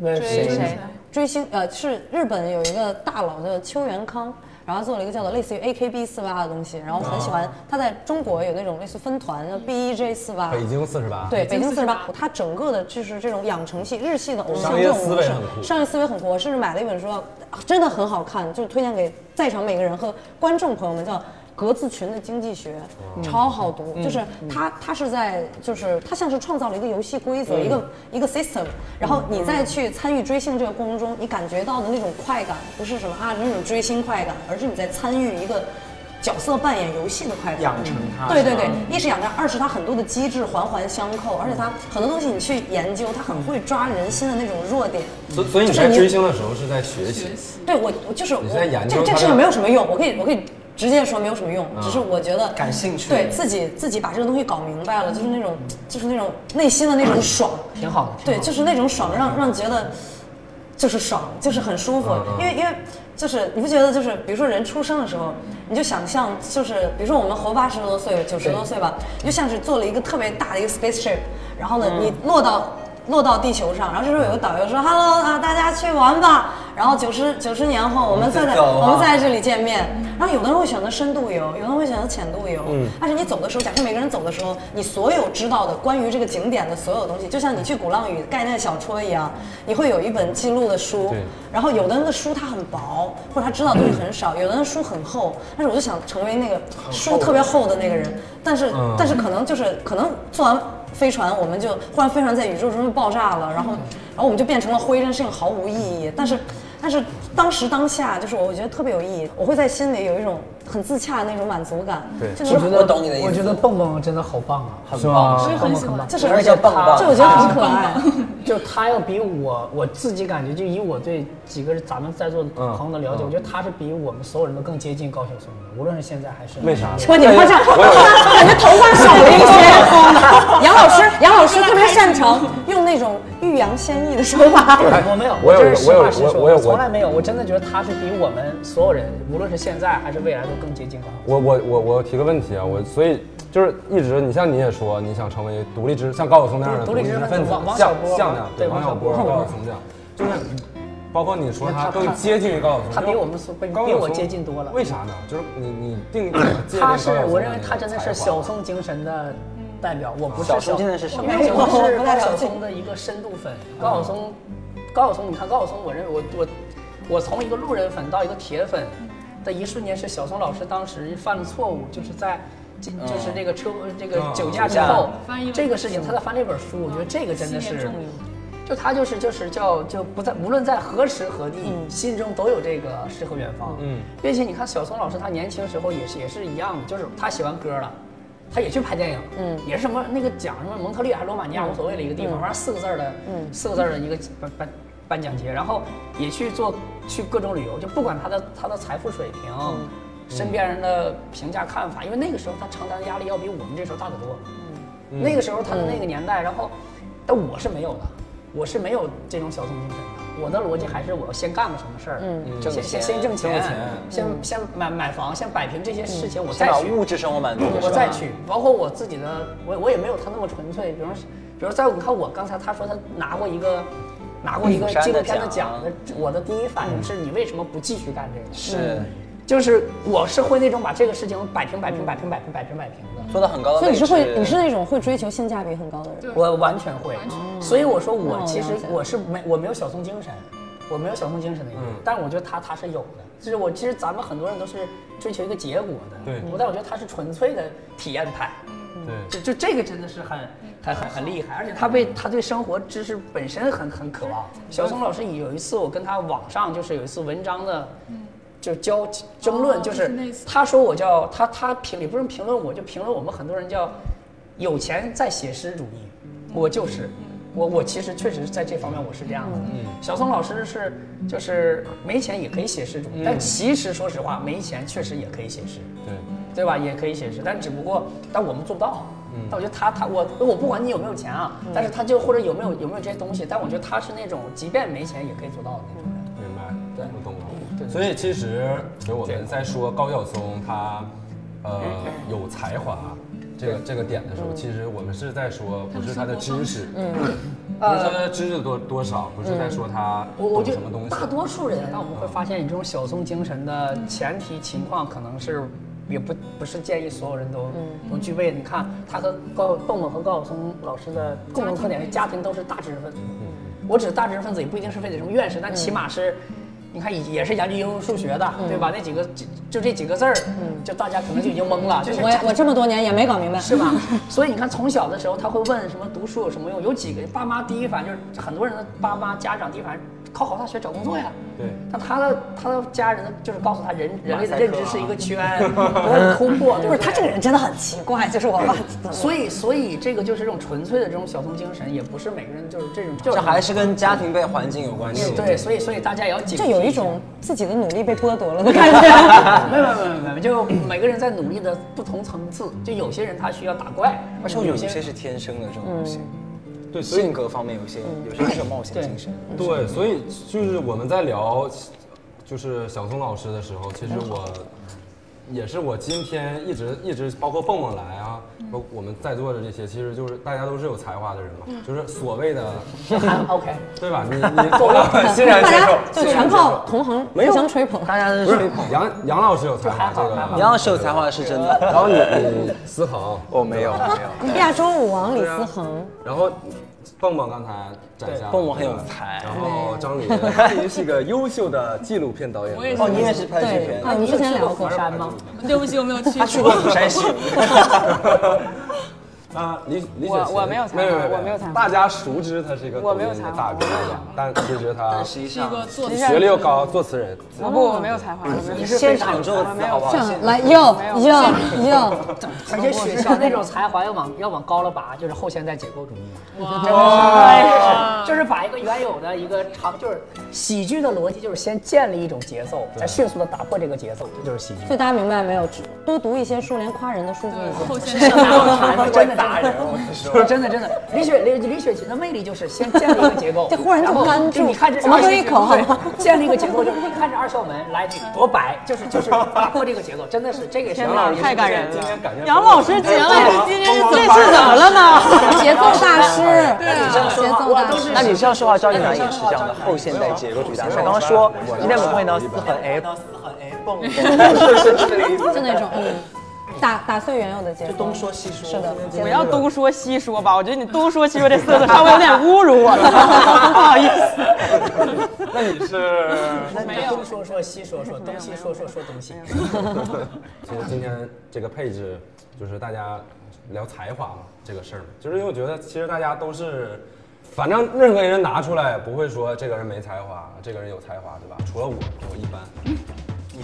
Speaker 7: 谁谁？
Speaker 4: 追星呃是日本有一个大佬叫邱元康，然后他做了一个叫做类似于 AKB 四八的东西，然后我很喜欢。他在中国有那种类似分团叫 BEJ 四八，
Speaker 2: 北京四十八，
Speaker 4: 对，北京四十八，它整个的就是这种养成系日系的偶像
Speaker 2: 商业
Speaker 4: 这种
Speaker 2: 思
Speaker 4: 模
Speaker 2: 维
Speaker 4: 式
Speaker 2: 很酷
Speaker 4: 商业思维很酷。我甚至买了一本书，啊真的很好看，就是推荐给在场每个人和观众朋友们，叫《格子裙的经济学》，
Speaker 2: 嗯
Speaker 4: 超好读。就是它，它是在，就是它像是创造了一个游戏规则，一
Speaker 2: 嗯
Speaker 4: 个一个 system，然后你再去参与追星这个过程中，你感觉到的那种快感，不是什么啊那种追星快感，而是你在参与一个。角色扮演游戏的快感，
Speaker 5: 养成它
Speaker 4: 对对
Speaker 5: 是吧
Speaker 4: 对，一是养成，二是它很多的机制环环相扣，而且它很多东西你去研究，它很会抓人心的那种弱点。
Speaker 2: 所所以你
Speaker 4: 就是
Speaker 2: 在
Speaker 4: 你
Speaker 2: 追星的时候是在学习，
Speaker 4: 对我，我就是我
Speaker 2: 你在研究
Speaker 4: 这个这个
Speaker 2: 它的
Speaker 4: 事情没有什么用，我可以我可以直接说没有什么用，
Speaker 2: 啊
Speaker 4: 只是我觉得
Speaker 5: 感兴趣
Speaker 4: 对自己自己把这个东西搞明白了，就是那种就是那种内心的那种爽，
Speaker 11: 挺好的。
Speaker 4: 对，就是那种爽，让让觉得就是爽，就是很舒服。因为因为就是你不觉得就是，比如说人出生的时候，你就想象就是，比如说我们活八十多岁、九十多岁吧，你就像是做了一个特别大的一个 spaceship，然后呢，你落到。落到地球上，然后这时候有个导游说：“Hello 啊，大家去玩吧。”然后九十九十年后，我们再在
Speaker 5: 走啊
Speaker 4: 我们在这里见面。然后有的人会选择深度游，有的人会选择浅度游。
Speaker 2: 嗯
Speaker 4: 但是你走的时候，假设每个人走的时候，你所有知道的关于这个景点的所有东西，就像你去鼓浪屿概念小说一样，你会有一本记录的书
Speaker 2: 对。
Speaker 4: 然后有的人的书它很薄，或者他知道的东西很少；有的人的书很厚。但是我就想成为那个书特别厚的那个人。但是、
Speaker 2: 嗯
Speaker 4: 但是可能就是可能做完飞船，我们就忽然飞船在宇宙中就爆炸了，然后然后我们就变成了灰，这件事情毫无意义。但是但是当时当下就是我觉得特别有意义，我会在心里有一种很自洽的那种满足感。
Speaker 2: 对
Speaker 4: 就
Speaker 7: 我
Speaker 4: 是
Speaker 7: 觉得
Speaker 5: 我懂你的意思
Speaker 7: 我觉得蹦蹦真的好棒啊，很
Speaker 2: 棒
Speaker 7: 是
Speaker 9: 我
Speaker 7: 蹦
Speaker 9: 也很
Speaker 7: 蹦
Speaker 9: 喜
Speaker 7: 很
Speaker 9: 欢
Speaker 7: 棒，
Speaker 4: 就是
Speaker 5: 我也叫蹦蹦
Speaker 4: 就我觉得很可爱。
Speaker 7: 就他要比我我自己感觉，就以我对几个咱们在座的朋友的了解，
Speaker 2: 嗯
Speaker 7: 我觉得他是比我们所有人都更接近高晓松的，无论是现在还是
Speaker 2: 嗯为啥？
Speaker 4: 不，你夸奖，我感觉头发少了一些。杨老师，杨老师特别擅长用那种欲扬先抑的手法。
Speaker 7: 我没有，
Speaker 2: 我有
Speaker 7: 这是实话实
Speaker 2: 我有我
Speaker 7: 说，
Speaker 2: 有我有
Speaker 7: 从来没有，我真的觉得他是比我们所有人，无论是现在还是未来，都更接近高晓松。
Speaker 2: 我我我我提个问题啊，我所以就是一直你像你也说你想成为独立知像高晓松那样的
Speaker 7: 独立知识分子
Speaker 2: 分子，
Speaker 7: 王王
Speaker 2: 像
Speaker 7: 小波
Speaker 2: 像那样
Speaker 7: 对
Speaker 2: 王
Speaker 7: 王
Speaker 2: 小
Speaker 7: 小
Speaker 2: 波、
Speaker 7: 波嗯
Speaker 2: 高晓松这样，就是包括你说他更接近于高晓松，
Speaker 7: 他比
Speaker 2: 就是
Speaker 7: 我们所比
Speaker 2: 高晓松
Speaker 7: 比我接近多了
Speaker 2: 为啥呢？就是你你定义怎么界定
Speaker 7: 他
Speaker 2: 高
Speaker 7: 是
Speaker 2: 晓松
Speaker 7: 我认为
Speaker 2: 那个
Speaker 7: 他真的
Speaker 2: 才
Speaker 7: 是
Speaker 2: 华
Speaker 7: 小松精神的代表，我不是
Speaker 5: 啊小
Speaker 7: 松
Speaker 5: 松现在是什么？
Speaker 7: 没有，我
Speaker 4: 我
Speaker 7: 是
Speaker 4: 不
Speaker 7: 高
Speaker 4: 太嗯了
Speaker 7: 晓
Speaker 4: 解
Speaker 7: 松的一个深度粉。高晓松，高晓松，你看高晓松，我认为我我我从一个路人粉到一个铁粉的一瞬间，是小松老师当时犯了错误，就是在。就就是这个车，这个
Speaker 2: 嗯
Speaker 7: 酒驾之
Speaker 5: 酒驾
Speaker 7: 后
Speaker 9: 翻译，
Speaker 7: 这个事情，他在翻这本书，我觉得这个真的
Speaker 9: 七年
Speaker 7: 是
Speaker 9: 重，
Speaker 7: 就他就是就是叫就不在，无论在何时何地，心中都有这个诗和远方。
Speaker 2: 嗯
Speaker 7: 嗯，并且你看小松老师，他年轻时候也是也是一样的，就是他喜欢歌了。他也去拍电影，嗯，也是什么那个奖什么蒙特利尔还是罗马尼亚无所谓的一个地方，反正四个字儿的，嗯，四个字儿的一个颁颁颁奖节，然后也去做去各种旅游，就不管他的他的财富水平，身边人的评价看法，因为那个时候他承担的压力要比我们这时候大得多，嗯，那个时候他的那个年代，然后但我是没有的，我是没有这种小众精神的，我的逻辑还是我要先干个什么事儿，嗯，先先先挣钱，先先买买房，先摆平这些事情，我
Speaker 5: 嗯先
Speaker 7: 再
Speaker 5: 把
Speaker 7: 去
Speaker 5: 物质生活满足，
Speaker 7: 我
Speaker 5: 是吧
Speaker 7: 再去，包括我自己的，我我也没有他那么纯粹。比如说，比如在我你看我刚才他说他拿过一个拿过一个
Speaker 5: 釜山的
Speaker 7: 纪录片的奖
Speaker 5: 奖，嗯
Speaker 7: 那我的第一反应是你为什么不继续干这个？
Speaker 5: 是
Speaker 7: 嗯就是我是会那种把这个事情摆平摆
Speaker 5: 嗯
Speaker 7: 平摆平摆平摆平摆平的，
Speaker 5: 做到很高的
Speaker 4: 所以
Speaker 5: 位
Speaker 4: 你
Speaker 5: 置。
Speaker 4: 是会，你是那种会追求性价比很高的人。
Speaker 7: 我完全会。所以我说我
Speaker 4: 哦
Speaker 7: 其实
Speaker 4: 了解
Speaker 7: 我是没我没有小松精神，我没有小松精神的一个人，但我觉得他他是有的。就是我其实咱们很多人都是追求一个结果的，
Speaker 2: 对
Speaker 7: 我但我觉得他是纯粹的体验派。
Speaker 2: 对
Speaker 7: 就就这个真的是很
Speaker 9: 嗯
Speaker 7: 很很很厉害，而且他被他对生活知识本身很很渴望。
Speaker 9: 嗯
Speaker 7: 小松老师有一次我跟他网上就是有一次文章的，就交
Speaker 9: 嗯
Speaker 7: 争
Speaker 9: 哦
Speaker 7: 论，就
Speaker 9: 就是
Speaker 7: 是
Speaker 9: 那次
Speaker 7: 他说我叫他他评也不是评论我，就评论我们很多人叫有钱在写诗主义，
Speaker 9: 嗯
Speaker 7: 我就是。我我其实确实在这方面我是这样
Speaker 9: 嗯
Speaker 7: 子的，小松老师是就是没钱也可以写诗主义，但其实说实话没钱确实也可以写诗，
Speaker 2: 对，
Speaker 7: 对吧？也可以写诗，但只不过，但我们做不到。但我觉得他他我我不管你有没有钱啊，但是他就或者有没有有没有这些东西，但我觉得他是那种即便没钱也可以做到的那种人。
Speaker 2: 明白，
Speaker 7: 对
Speaker 2: 我懂了。
Speaker 7: 对
Speaker 2: 所以其实就我们在说高晓松他呃有才华这个这个点的时
Speaker 7: 嗯
Speaker 2: 候，其实我们是在说不是他的知识，嗯，不是他的知识多多少，不是在说他
Speaker 7: 呃嗯我我
Speaker 2: 懂
Speaker 7: 觉
Speaker 2: 什
Speaker 7: 得
Speaker 2: 么东西
Speaker 7: 大。多数人，嗯那我们会发现你这种小众精神的前提情况可能是。也不不是建议所有人都、都具备的。你看，他和高蹦蹦和高晓松老师的共同特点是家庭都是大知识分
Speaker 2: 嗯
Speaker 7: 子。我指大知识分子也不一定是非得什么院士，但起码是，你看也也是研究应用数学的，对吧？那几个就就这几个字儿，就大家可能就已经懵了。就是
Speaker 4: 我也我这么多年也没搞明白，
Speaker 7: 是吧？ 所以你看，从小的时候他会问什么读书有什么用？有几个爸妈第一反应就是很多人的爸妈家长第一反应考好大学找工作呀，
Speaker 4: 嗯
Speaker 2: 对
Speaker 7: 但他的他的家人就是告诉他人人
Speaker 5: 马
Speaker 7: 类的
Speaker 5: 赛克啊
Speaker 7: 认知是一 个圈，嗯不要突破。
Speaker 4: 不是他这个人真的很奇怪，就是我爸，
Speaker 7: 所以，所以这个就是这种纯粹的这种小童精神，也不是每个人就是这种。就嗯
Speaker 5: 这还是跟家庭背环境有关系。
Speaker 7: 对，，所以所以大家也要警惕。
Speaker 4: 就有一种自己的努力被剥夺了的感觉。
Speaker 7: 没有没有没有没有，就每个人在努力的不同层次。就有些人他需要打怪，
Speaker 5: 而且有些是天生的这种东西，
Speaker 2: 对，所以
Speaker 5: 性格方面有些，有些是有冒险精神。
Speaker 2: 对，所以就是我们在聊，就是小松老师的时候，其实我也是我今天一直一直包括凤凤来啊，包括我们在座的这些，其实就是大家都是有才华的人嘛，
Speaker 7: 嗯
Speaker 2: 就是所谓的，
Speaker 7: OK，
Speaker 2: 对吧？你 你够了，欣然
Speaker 4: 大
Speaker 2: 接受
Speaker 4: 家，就全靠同行
Speaker 2: 没有
Speaker 4: 互相吹捧，大家都
Speaker 2: 不是杨杨老师有才华，这
Speaker 7: 还好
Speaker 2: 个
Speaker 5: 你要是有才华是真 的，
Speaker 2: 然后你你思恒，
Speaker 5: 我没有，没有。
Speaker 4: 亚洲舞王李思恒，
Speaker 2: 然后蹦蹦刚才展现，
Speaker 5: 蹦蹦很有才
Speaker 2: 然后 张琳，她其实是一个优秀的纪录片导演。我也
Speaker 5: 哦，你也是拍纪
Speaker 4: 对，
Speaker 5: 片
Speaker 4: 啊，，你之前聊过山吗？
Speaker 9: 对不起，我没有去。
Speaker 5: 他去过釜山行，
Speaker 2: 啊，李李雪琴
Speaker 12: 我我没有才华我没有才华
Speaker 2: 大家熟知他是一个
Speaker 12: 我没有
Speaker 2: 抖音的
Speaker 12: 才华
Speaker 2: 大
Speaker 12: 我
Speaker 2: 哥
Speaker 12: 没有才华，
Speaker 2: 但其实他
Speaker 5: 但实际上
Speaker 2: 学历又高，作词人。
Speaker 12: 我不，我没有才华，我没有。
Speaker 5: 现场宙斯好不
Speaker 12: 啊
Speaker 4: 这
Speaker 5: 好？
Speaker 4: 样来哟哟哟，
Speaker 7: 而且学校那种才华要往要往高了拔，就是后现代解构主义，
Speaker 2: 哇！
Speaker 7: 哎就是把一个原有的一个长，就是喜剧的逻辑，就是先建立一种节奏，再迅速的打破这个节奏，这就是喜剧。
Speaker 4: 所以大家明白没有？只多读一些书，连夸人的书都已经。
Speaker 7: 真的真的打人，我跟你说，真的真的，李雪李李雪琴的魅力就是先建立一个结构，
Speaker 4: 这忽然就
Speaker 7: 然后
Speaker 4: 干住
Speaker 7: 你看这
Speaker 4: 我们喝一口好吗
Speaker 7: 对 建立一个结构，就是你看这二校门来你多白，就是就是打破这个结构，真的是这个是
Speaker 2: 杨老 师
Speaker 12: 太感人
Speaker 2: 今天感谢
Speaker 12: 杨老师，杨老师今天是最
Speaker 4: 这怎么了呢？节奏大 师，节奏大师。
Speaker 5: 那你这样说话，赵丽楠也是这样的后现代结构主义大师。刚刚说今天我们会呢，四很 A，到四很 A 蹦，是是这个意思。
Speaker 4: 就那种嗯， 打打碎原有的节奏。
Speaker 5: 东说西说，
Speaker 4: 是的，
Speaker 12: 不要东说西说吧，我觉得你东说西说这四个字稍微有点侮辱 我了， 不好意思。
Speaker 2: 那你是？
Speaker 7: 没有东说说西说说东西说说说东西，
Speaker 2: 其实今天这个配置就是大家聊才华嘛，这个事儿嘛，就是因为我觉得其实大家都是，反正任何一个人拿出来不会说这个人没才华，这个人有才华，对吧？除了我，我一般。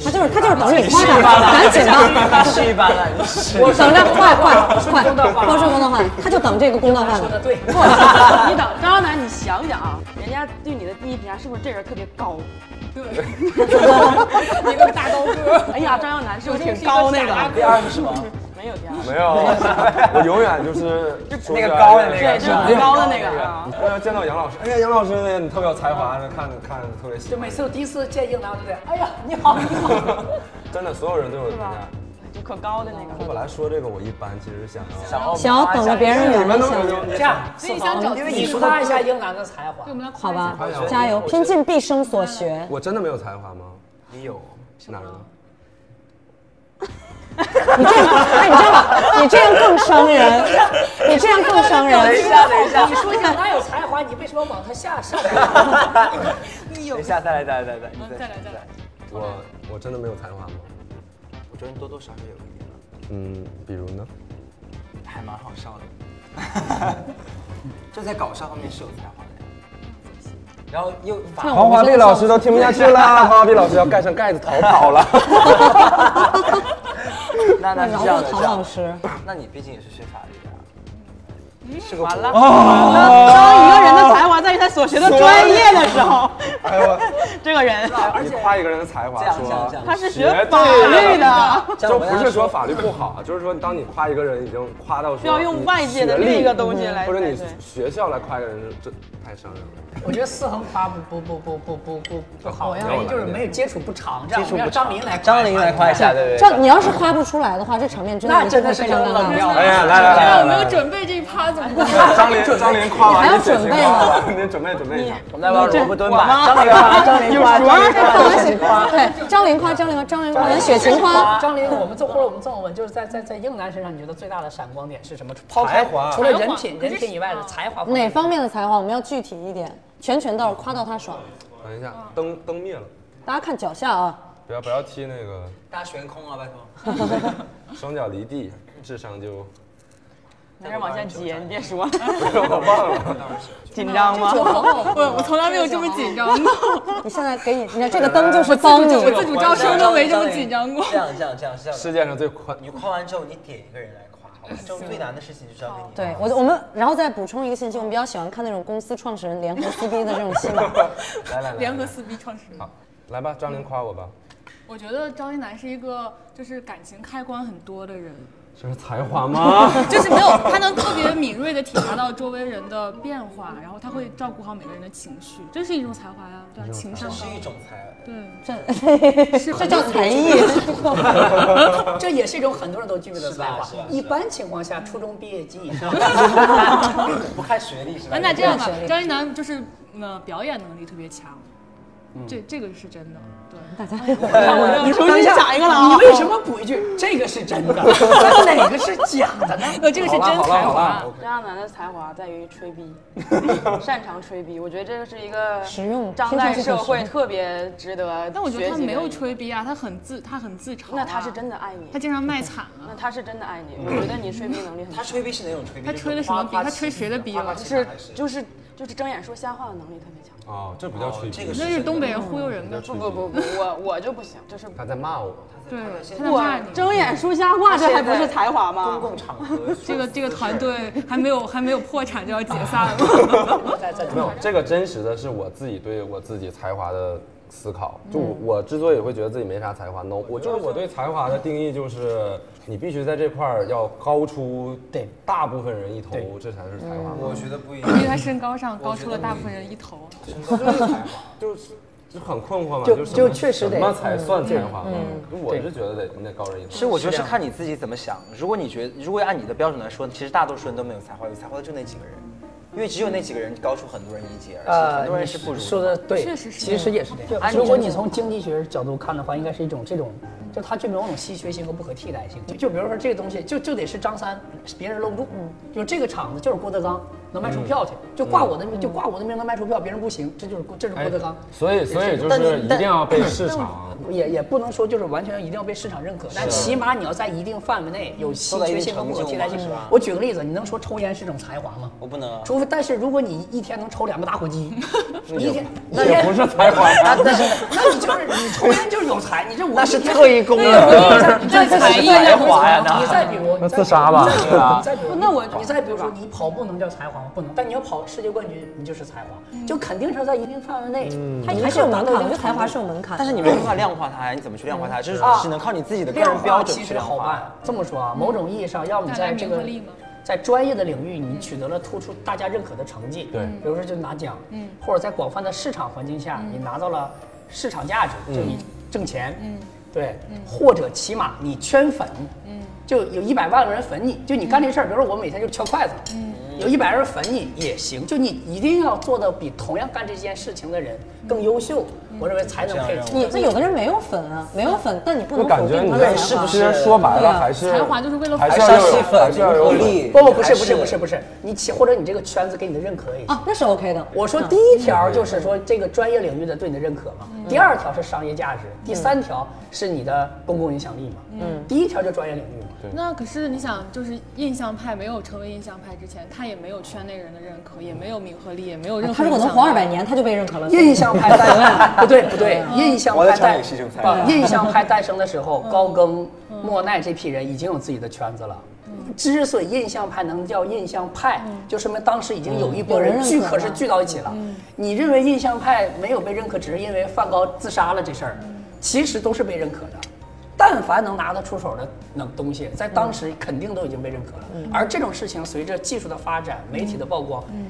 Speaker 4: 他就是他就是等你夸他，赶紧的。
Speaker 5: 是一般了， 你是
Speaker 4: 我等着快快快，光说公道话，他就等这个公道话
Speaker 7: 说的
Speaker 4: 呢。
Speaker 7: 对，
Speaker 12: 你等张楠，你想想啊，人家对你的第一评价是不是这人特别高？ 对，一个大高个。哎呀，张耀南是不是挺高那个？
Speaker 5: 第二个是吗？
Speaker 12: 没有第二，
Speaker 2: 没有，我永远就是
Speaker 5: 那个高的那
Speaker 12: 对，
Speaker 5: 个
Speaker 12: 就，是很高的那个啊。
Speaker 2: 我要见到杨老师，哎呀，杨老师呢？你特别有才华，看着看着特别喜
Speaker 7: 就
Speaker 2: 欢
Speaker 7: 每。次我第一次见硬朗就得，哎呀你好你好，
Speaker 2: 真的，所有人对我的评价。
Speaker 12: 就可高的那个，
Speaker 2: 我本来说这个，我一般其实想要。
Speaker 4: 想要等着别人
Speaker 2: 你
Speaker 4: 圆
Speaker 2: 们
Speaker 4: 一
Speaker 2: 都
Speaker 4: 下，
Speaker 2: 有
Speaker 7: 这样，
Speaker 13: 所以想找自己
Speaker 7: 你夸一下英男的才华
Speaker 13: 对我，们来夸
Speaker 4: 好
Speaker 13: 一下
Speaker 4: 吧
Speaker 2: 哎呀？
Speaker 4: 加油，
Speaker 2: 我
Speaker 4: 拼尽毕生所学。
Speaker 2: 我真的没有才华吗？
Speaker 5: 你有。
Speaker 2: 哪儿呢？
Speaker 4: 你这样，哎，你这样吧，你这样更伤人，你这样更伤人。
Speaker 7: 等一下，你说杨楠有才华，你为什么往他下上？
Speaker 5: 等一下，再来，再来，再来，你再来，再来。
Speaker 2: 我我真的没有才华吗？
Speaker 5: 我觉得你多多少少有一点了，
Speaker 2: 嗯，比如呢？
Speaker 5: 还蛮好笑的。就在搞笑方面是有才华的，然后又把
Speaker 2: 黄华碧老师都听不下去 啦，黄华碧老师要盖上盖子逃跑了。
Speaker 5: 那那是这样的，这样
Speaker 4: 饶过唐老
Speaker 5: 的
Speaker 4: 师，
Speaker 5: 那你毕竟也是学法律的、啊，是个完了。
Speaker 2: 呃
Speaker 12: 当一个人的才华在于他所学的专业的时候，
Speaker 2: 哎呦，
Speaker 12: 这个人
Speaker 2: 你夸一个人的才华，
Speaker 5: 这样这样这
Speaker 2: 说
Speaker 5: 样
Speaker 12: 他是学法律的，啊
Speaker 2: 就不是说法律不好，啊就是说当你夸一个人已经夸到说
Speaker 12: 不要用外界的
Speaker 2: 你学历嗯
Speaker 12: 另一个东西来
Speaker 2: 或者你
Speaker 12: 对对
Speaker 2: 学校来夸一个人，这太伤人了。
Speaker 7: 我觉得四横夸不不不不不不不不好，因为就是没有接触不长，这样
Speaker 5: 接触不
Speaker 7: 让
Speaker 5: 长
Speaker 7: 张琳来夸
Speaker 5: 张琳来夸一下，对不对？
Speaker 4: 这你要是夸不出来的话，这场面真的
Speaker 7: 那
Speaker 4: 就
Speaker 7: 真的
Speaker 4: 会
Speaker 7: 是
Speaker 4: 非
Speaker 7: 非
Speaker 4: 常尴
Speaker 7: 常冷
Speaker 4: 尬。
Speaker 7: 掉。
Speaker 2: 哎呀，来来来来
Speaker 13: 没
Speaker 2: 来
Speaker 13: 有
Speaker 2: 来，
Speaker 13: 准备这一趴怎么办？
Speaker 2: 张琳张琳夸完，
Speaker 4: 还要
Speaker 2: 你姐姐
Speaker 4: 准备
Speaker 2: 夸
Speaker 4: 呢
Speaker 2: 完你准备准备一下。
Speaker 5: 我们来玩萝卜蹲吧，张琳夸，张琳夸，张琳夸，张琳夸。
Speaker 4: 对，张琳夸张琳夸张琳夸，雪琴夸，
Speaker 7: 张琳，我们这或者我们这么问，就是在在在英男身上，你觉得最大的闪光点是什么？抛
Speaker 2: 才
Speaker 7: 开
Speaker 2: 华
Speaker 7: 除了人品人品以外的才华，
Speaker 4: 哪方面的才华我们要具体一点，拳拳到肉夸到他爽。
Speaker 2: 等一下，灯灯灭了，
Speaker 4: 大家看脚下啊，
Speaker 2: 不要不要踢那个
Speaker 5: 大家悬空啊，拜托。
Speaker 2: 双脚离地，智商就
Speaker 1: 没事，往下接，你别说了。
Speaker 2: 我忘了。
Speaker 1: 紧张吗？
Speaker 8: 我我从来没有这么紧张过。
Speaker 4: 你现在给你，你看这个灯就是帮你。
Speaker 8: 我自主招生都没这么紧张过。
Speaker 5: 这样这样这样这样。
Speaker 2: 世界上最宽，
Speaker 5: 你夸完之后，你点一个人来夸，好吧？这种最难的事情就是要给你。
Speaker 4: 对我我们，然后再补充一个信息，我们比较喜欢看那种公司创始人联合撕逼的这种戏 码。
Speaker 5: 来来来，
Speaker 8: 联合撕逼创始人。
Speaker 2: 好，来吧，张琳夸我吧。
Speaker 9: 我觉得张一楠是一个就是感情开关很多的人。
Speaker 2: 这是才华吗？
Speaker 9: 就是没有，他能特别敏锐的体察到周围人的变化，然后他会照顾好每个人的情绪，这是一种才华呀、啊，对吧、啊？情商
Speaker 5: 是一种才，
Speaker 9: 对，
Speaker 4: 这这叫才艺，
Speaker 7: 这也是一种很多人都具备的才华。一般情况下，初中毕业及以 上，
Speaker 5: 不看学历是吧？
Speaker 9: 那这样吧，张一楠就是呃表演能力特别强，嗯、这这个是真的。对，大家
Speaker 1: 你重新讲一个了啊！
Speaker 7: 你为什么补一句这个是 真的，哪个是假的呢？
Speaker 9: 那这个是真才华。
Speaker 12: 张亚楠的才华在于吹 逼，擅长吹逼。我觉得这个是一个
Speaker 4: 实用，
Speaker 12: 当代社会特别值得。
Speaker 9: 但我觉得他没有吹逼啊，他很自，他很自嘲。啊
Speaker 12: 那他是真的爱你，
Speaker 9: 他经常卖惨啊。
Speaker 12: 那嗯他是真的爱你，我觉得你吹逼能力很。
Speaker 5: 他吹逼是哪种吹逼？
Speaker 9: 他吹的什么逼？他吹谁的逼了？
Speaker 12: 是就是就是睁眼说瞎话的能力特别强。
Speaker 2: 哦，这不叫吹逼，
Speaker 9: 那是东北人忽悠人的。
Speaker 12: 不不不。我我就不行，就是
Speaker 2: 他在骂我，
Speaker 9: 对，我
Speaker 1: 睁眼说瞎话，这还不是才华吗？
Speaker 5: 公共场 合，
Speaker 9: 这个这个团队还没有还没有破产就要解散了。
Speaker 2: 没有，这个真实的是我自己对我自己才华的思考。就我之所以会觉得自己没啥才华，no，我就是我对才华的定义就是你必须在这块儿要高出
Speaker 7: 对
Speaker 2: 大部分人一头，这才是才华。
Speaker 5: 我觉得不一样，
Speaker 9: 因为他身高上高出了大部分人一头。
Speaker 2: 就是。就很困惑嘛，
Speaker 7: 就就确实
Speaker 2: 什么才算才华？嗯，我是觉得得你得高人一等。
Speaker 5: 其实我觉得是嗯看你自己怎么想。如果你觉，如果呃按你的标准来说，其实大多数人都没有才华，有才华的就那几个人，因为只有那几个人高出很多人一截，而且呃很多人是不如。
Speaker 7: 呃说的对，确
Speaker 9: 实是，
Speaker 7: 其实也是这样。如果你从经济学角度看的话，应该是一种这种，就它具备某种稀缺性和不可替代性。就比如说这个东西，就就得是张三，别人搂不住。就这个厂子就是郭德纲。能
Speaker 5: 嗯
Speaker 7: 卖出票去，就挂我的名，就挂我的名能卖出票，别人不行，这就是这是郭德纲。
Speaker 2: 哎
Speaker 5: 哎
Speaker 2: 所以所以就是一定要被市场，
Speaker 7: 也也不能说就是完全一定要被市场认可，但起码你要在一定范围内有稀缺性和不可替代性。我举个例子，你能说抽烟是种才华吗？
Speaker 5: 我不能。
Speaker 7: 除非，但是如果你一天能抽两个打 火机，一天
Speaker 2: 那也不是才华，
Speaker 7: 那是那你就是你抽烟就是有才，你这
Speaker 5: 那是特异功能，
Speaker 7: 这
Speaker 5: 才艺华呀！
Speaker 7: 你再比如
Speaker 2: 那自杀 吧，
Speaker 7: 再比如那我你再比如说你跑步能叫才华？不能，但你要跑世界冠军，你就是才华，就肯定是在一定范围
Speaker 5: 嗯
Speaker 7: 内，它还是有
Speaker 4: 门槛。我觉得才华是有门槛，
Speaker 5: 但是你没办法量化它呀，你怎么去量化它？这是只能靠你自己的个人标准去量化。
Speaker 7: 这么说啊，某种意义上，要么在这个在专业的领域你取得了突出大家认可的成绩，
Speaker 2: 对，
Speaker 7: 比如说就拿奖，嗯，或者在广泛的市场环境下，你拿到了市场价值，就你挣钱，嗯，对，或者起码你圈粉，嗯，就有一百万个人粉你，就你干这事儿，比如说我每天就敲筷子，嗯。有一百人粉你也行，就你一定要做的比同样干这件事情的人更优秀，我认为才能配。
Speaker 4: 你那有的人没有粉啊，没有粉，但你不能
Speaker 2: 感觉你这是不是说白了还是
Speaker 9: 才华就是为了
Speaker 2: 还是要有还是要有
Speaker 5: 力？
Speaker 7: 不不不是不是不是不是，你起或者你这个圈子给你的认可也行
Speaker 4: 啊，那是 OK 的。
Speaker 7: 我说第一条就是说这个专业领域的对你的认可嘛，第二条是商业价值，第三条是你的公共影响力嘛。嗯，第一条就专业领域嘛。
Speaker 9: 那可是你想，就是印象派没有成为印象派之前，他。也没有圈内人的认可，也没有名和利，也没有任何。
Speaker 4: 啊他如果能活二百年，他就被认可了。
Speaker 7: 印象 派诞生，嗯不对不对，印象派诞印象派诞生的时候，高更、莫奈这批人已经有自己的圈子了。之所以印象派能叫印象派，就说明当时已经嗯有一波人聚，可是聚到一起了。嗯你认为印象派没有被认可，只是因为梵高自杀了这事儿，其实都是被认可的。但凡能拿得出手的那东西，在当时肯定都已经被认可了。嗯、而这种事情，随着技术的发展、媒体的曝光，嗯、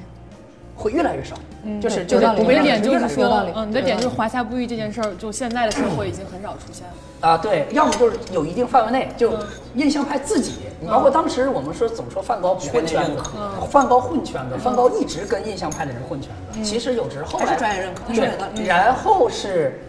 Speaker 7: 会越来越少。嗯、就是就是不
Speaker 9: 认可。
Speaker 7: 被
Speaker 9: 你的点就是
Speaker 4: 说，
Speaker 9: 嗯，你的点就是华夏不遇这件事儿，就现在的社会已经很少出现了。
Speaker 7: 啊，对，要么就是有一定范围内，
Speaker 4: 嗯
Speaker 7: 就印象派自己，包括当时我们说怎么说梵高不混圈子，
Speaker 4: 嗯
Speaker 7: 梵高混圈子，梵高一直跟印象派的人混圈子。其实有时候
Speaker 4: 还是专业认可，
Speaker 7: 对，然后是。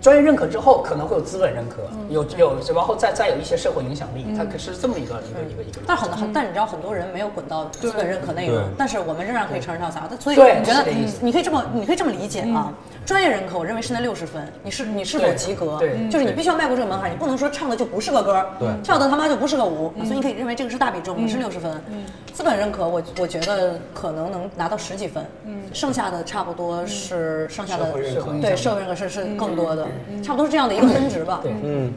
Speaker 7: 专业认可之后，可能会有资本认可，
Speaker 4: 嗯
Speaker 7: 有有，然后再再有一些社会影响力，它可是这么一个一个一个一个。
Speaker 4: 但很多，但你知道很多人没有滚到资本认可那一步，但是我们仍然可以承认到啥？所以
Speaker 7: 你
Speaker 4: 觉得你可以这么你可以这么理解啊？专业人口认为是那六十分，你是你是否
Speaker 7: 对
Speaker 4: 及格？
Speaker 7: 对
Speaker 4: 就是你必须要迈过这个门槛，你不能说唱的就不是个歌，
Speaker 7: 对
Speaker 4: 跳的他妈就不是个舞，所以你可以认为这个是大比重，你是六十分。资本认可我，我觉得可能能拿到十几分，嗯，剩下的差不多是剩下的
Speaker 2: 社会认可
Speaker 4: 对社会认可是是更多的，差不多是这样的一个分值吧。
Speaker 2: 嗯，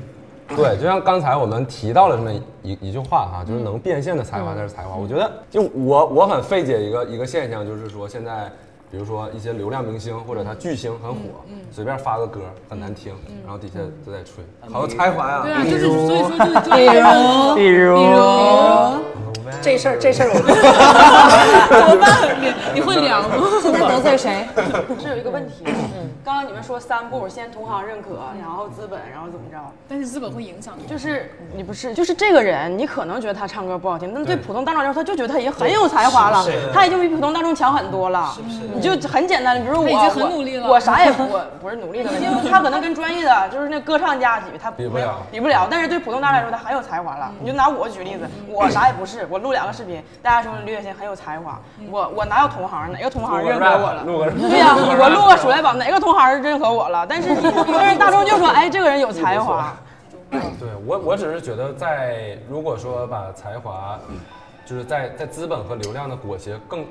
Speaker 2: 对，就像刚才我们提到了这么一一句话哈、就是能变现的才华才是才华。我觉得，就我我很费解一个一个现象，就是说现在，比如说一些流量明星或者他巨星很火，随便发个歌很难听，然后底下都在吹，好有才华呀。
Speaker 8: 对啊，就是
Speaker 2: 比如
Speaker 8: 所以说就就比如
Speaker 2: 比如
Speaker 8: 比如
Speaker 7: 这事儿这事儿我
Speaker 8: 怎么办？你你会凉吗？
Speaker 12: 现在得罪谁？是有一个问题，刚刚你们说三步，先同行认可，然后资本，然后怎么着？
Speaker 9: 但是资本会影响你，
Speaker 12: 就是你不是，就是这个人，你可能觉得他唱歌不好听，但对
Speaker 1: 对
Speaker 12: 普通大众来说，他就觉得他已经很有才华了
Speaker 1: 是是，
Speaker 12: 他已经比普通大众强很多了。是
Speaker 1: 是
Speaker 12: 你就很简单的，比如
Speaker 1: 他
Speaker 12: 我
Speaker 1: 已经很
Speaker 12: 我
Speaker 1: 努力了
Speaker 12: 我 啥也不我不是努力的问题，因为他可能跟专业的就是那歌唱家比，他
Speaker 2: 比不了
Speaker 12: 比不了。但是对普通大众来说，他很有才华
Speaker 1: 嗯
Speaker 12: 了。你就拿我举例子，我啥也不是，我录两个视频，大家说李雪琴很有才华，
Speaker 1: 嗯
Speaker 12: 我我哪有同行？哪个同行认可我了？
Speaker 2: 录个
Speaker 12: 对呀、我录个《鼠来宝》，哪个同行认可我了？但是你但是大众就说，哎，这个人有才华。
Speaker 2: 对我，我只是觉得在如果说把才华，就是在在资本和流量的裹挟更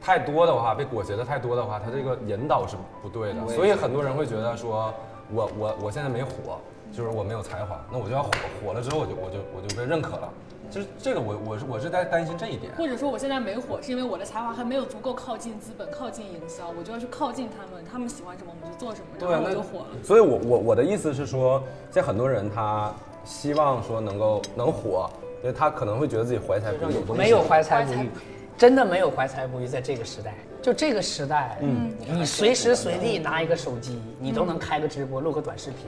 Speaker 2: 太多的话，被裹挟的太多的话，它这个引导是不对的，
Speaker 5: 我也
Speaker 2: 所以
Speaker 5: 觉得
Speaker 2: 很多人会觉得说，我我我现在没火，就是我没有才华，那我就要火，火了之后我就我就我就被认可了，就是这个我我是我是在担心这一点。
Speaker 9: 或者说我现在没火，是因为我的才华还没有足够靠近资本、靠近营销，我就要去靠近他们，他们喜欢什么我就做什么，
Speaker 2: 对，
Speaker 9: 然后我
Speaker 2: 那
Speaker 9: 就火了。
Speaker 2: 所以我我我的意思是说，现在很多人他希望说能够能火，就是他可能会觉得自己怀才不遇，有东西
Speaker 7: 没有怀才不遇，真的没有怀才不遇，在这个时代，就这个时代，
Speaker 2: 嗯
Speaker 7: 你随时随地拿一个手机，你都能开个直播，录个短视频，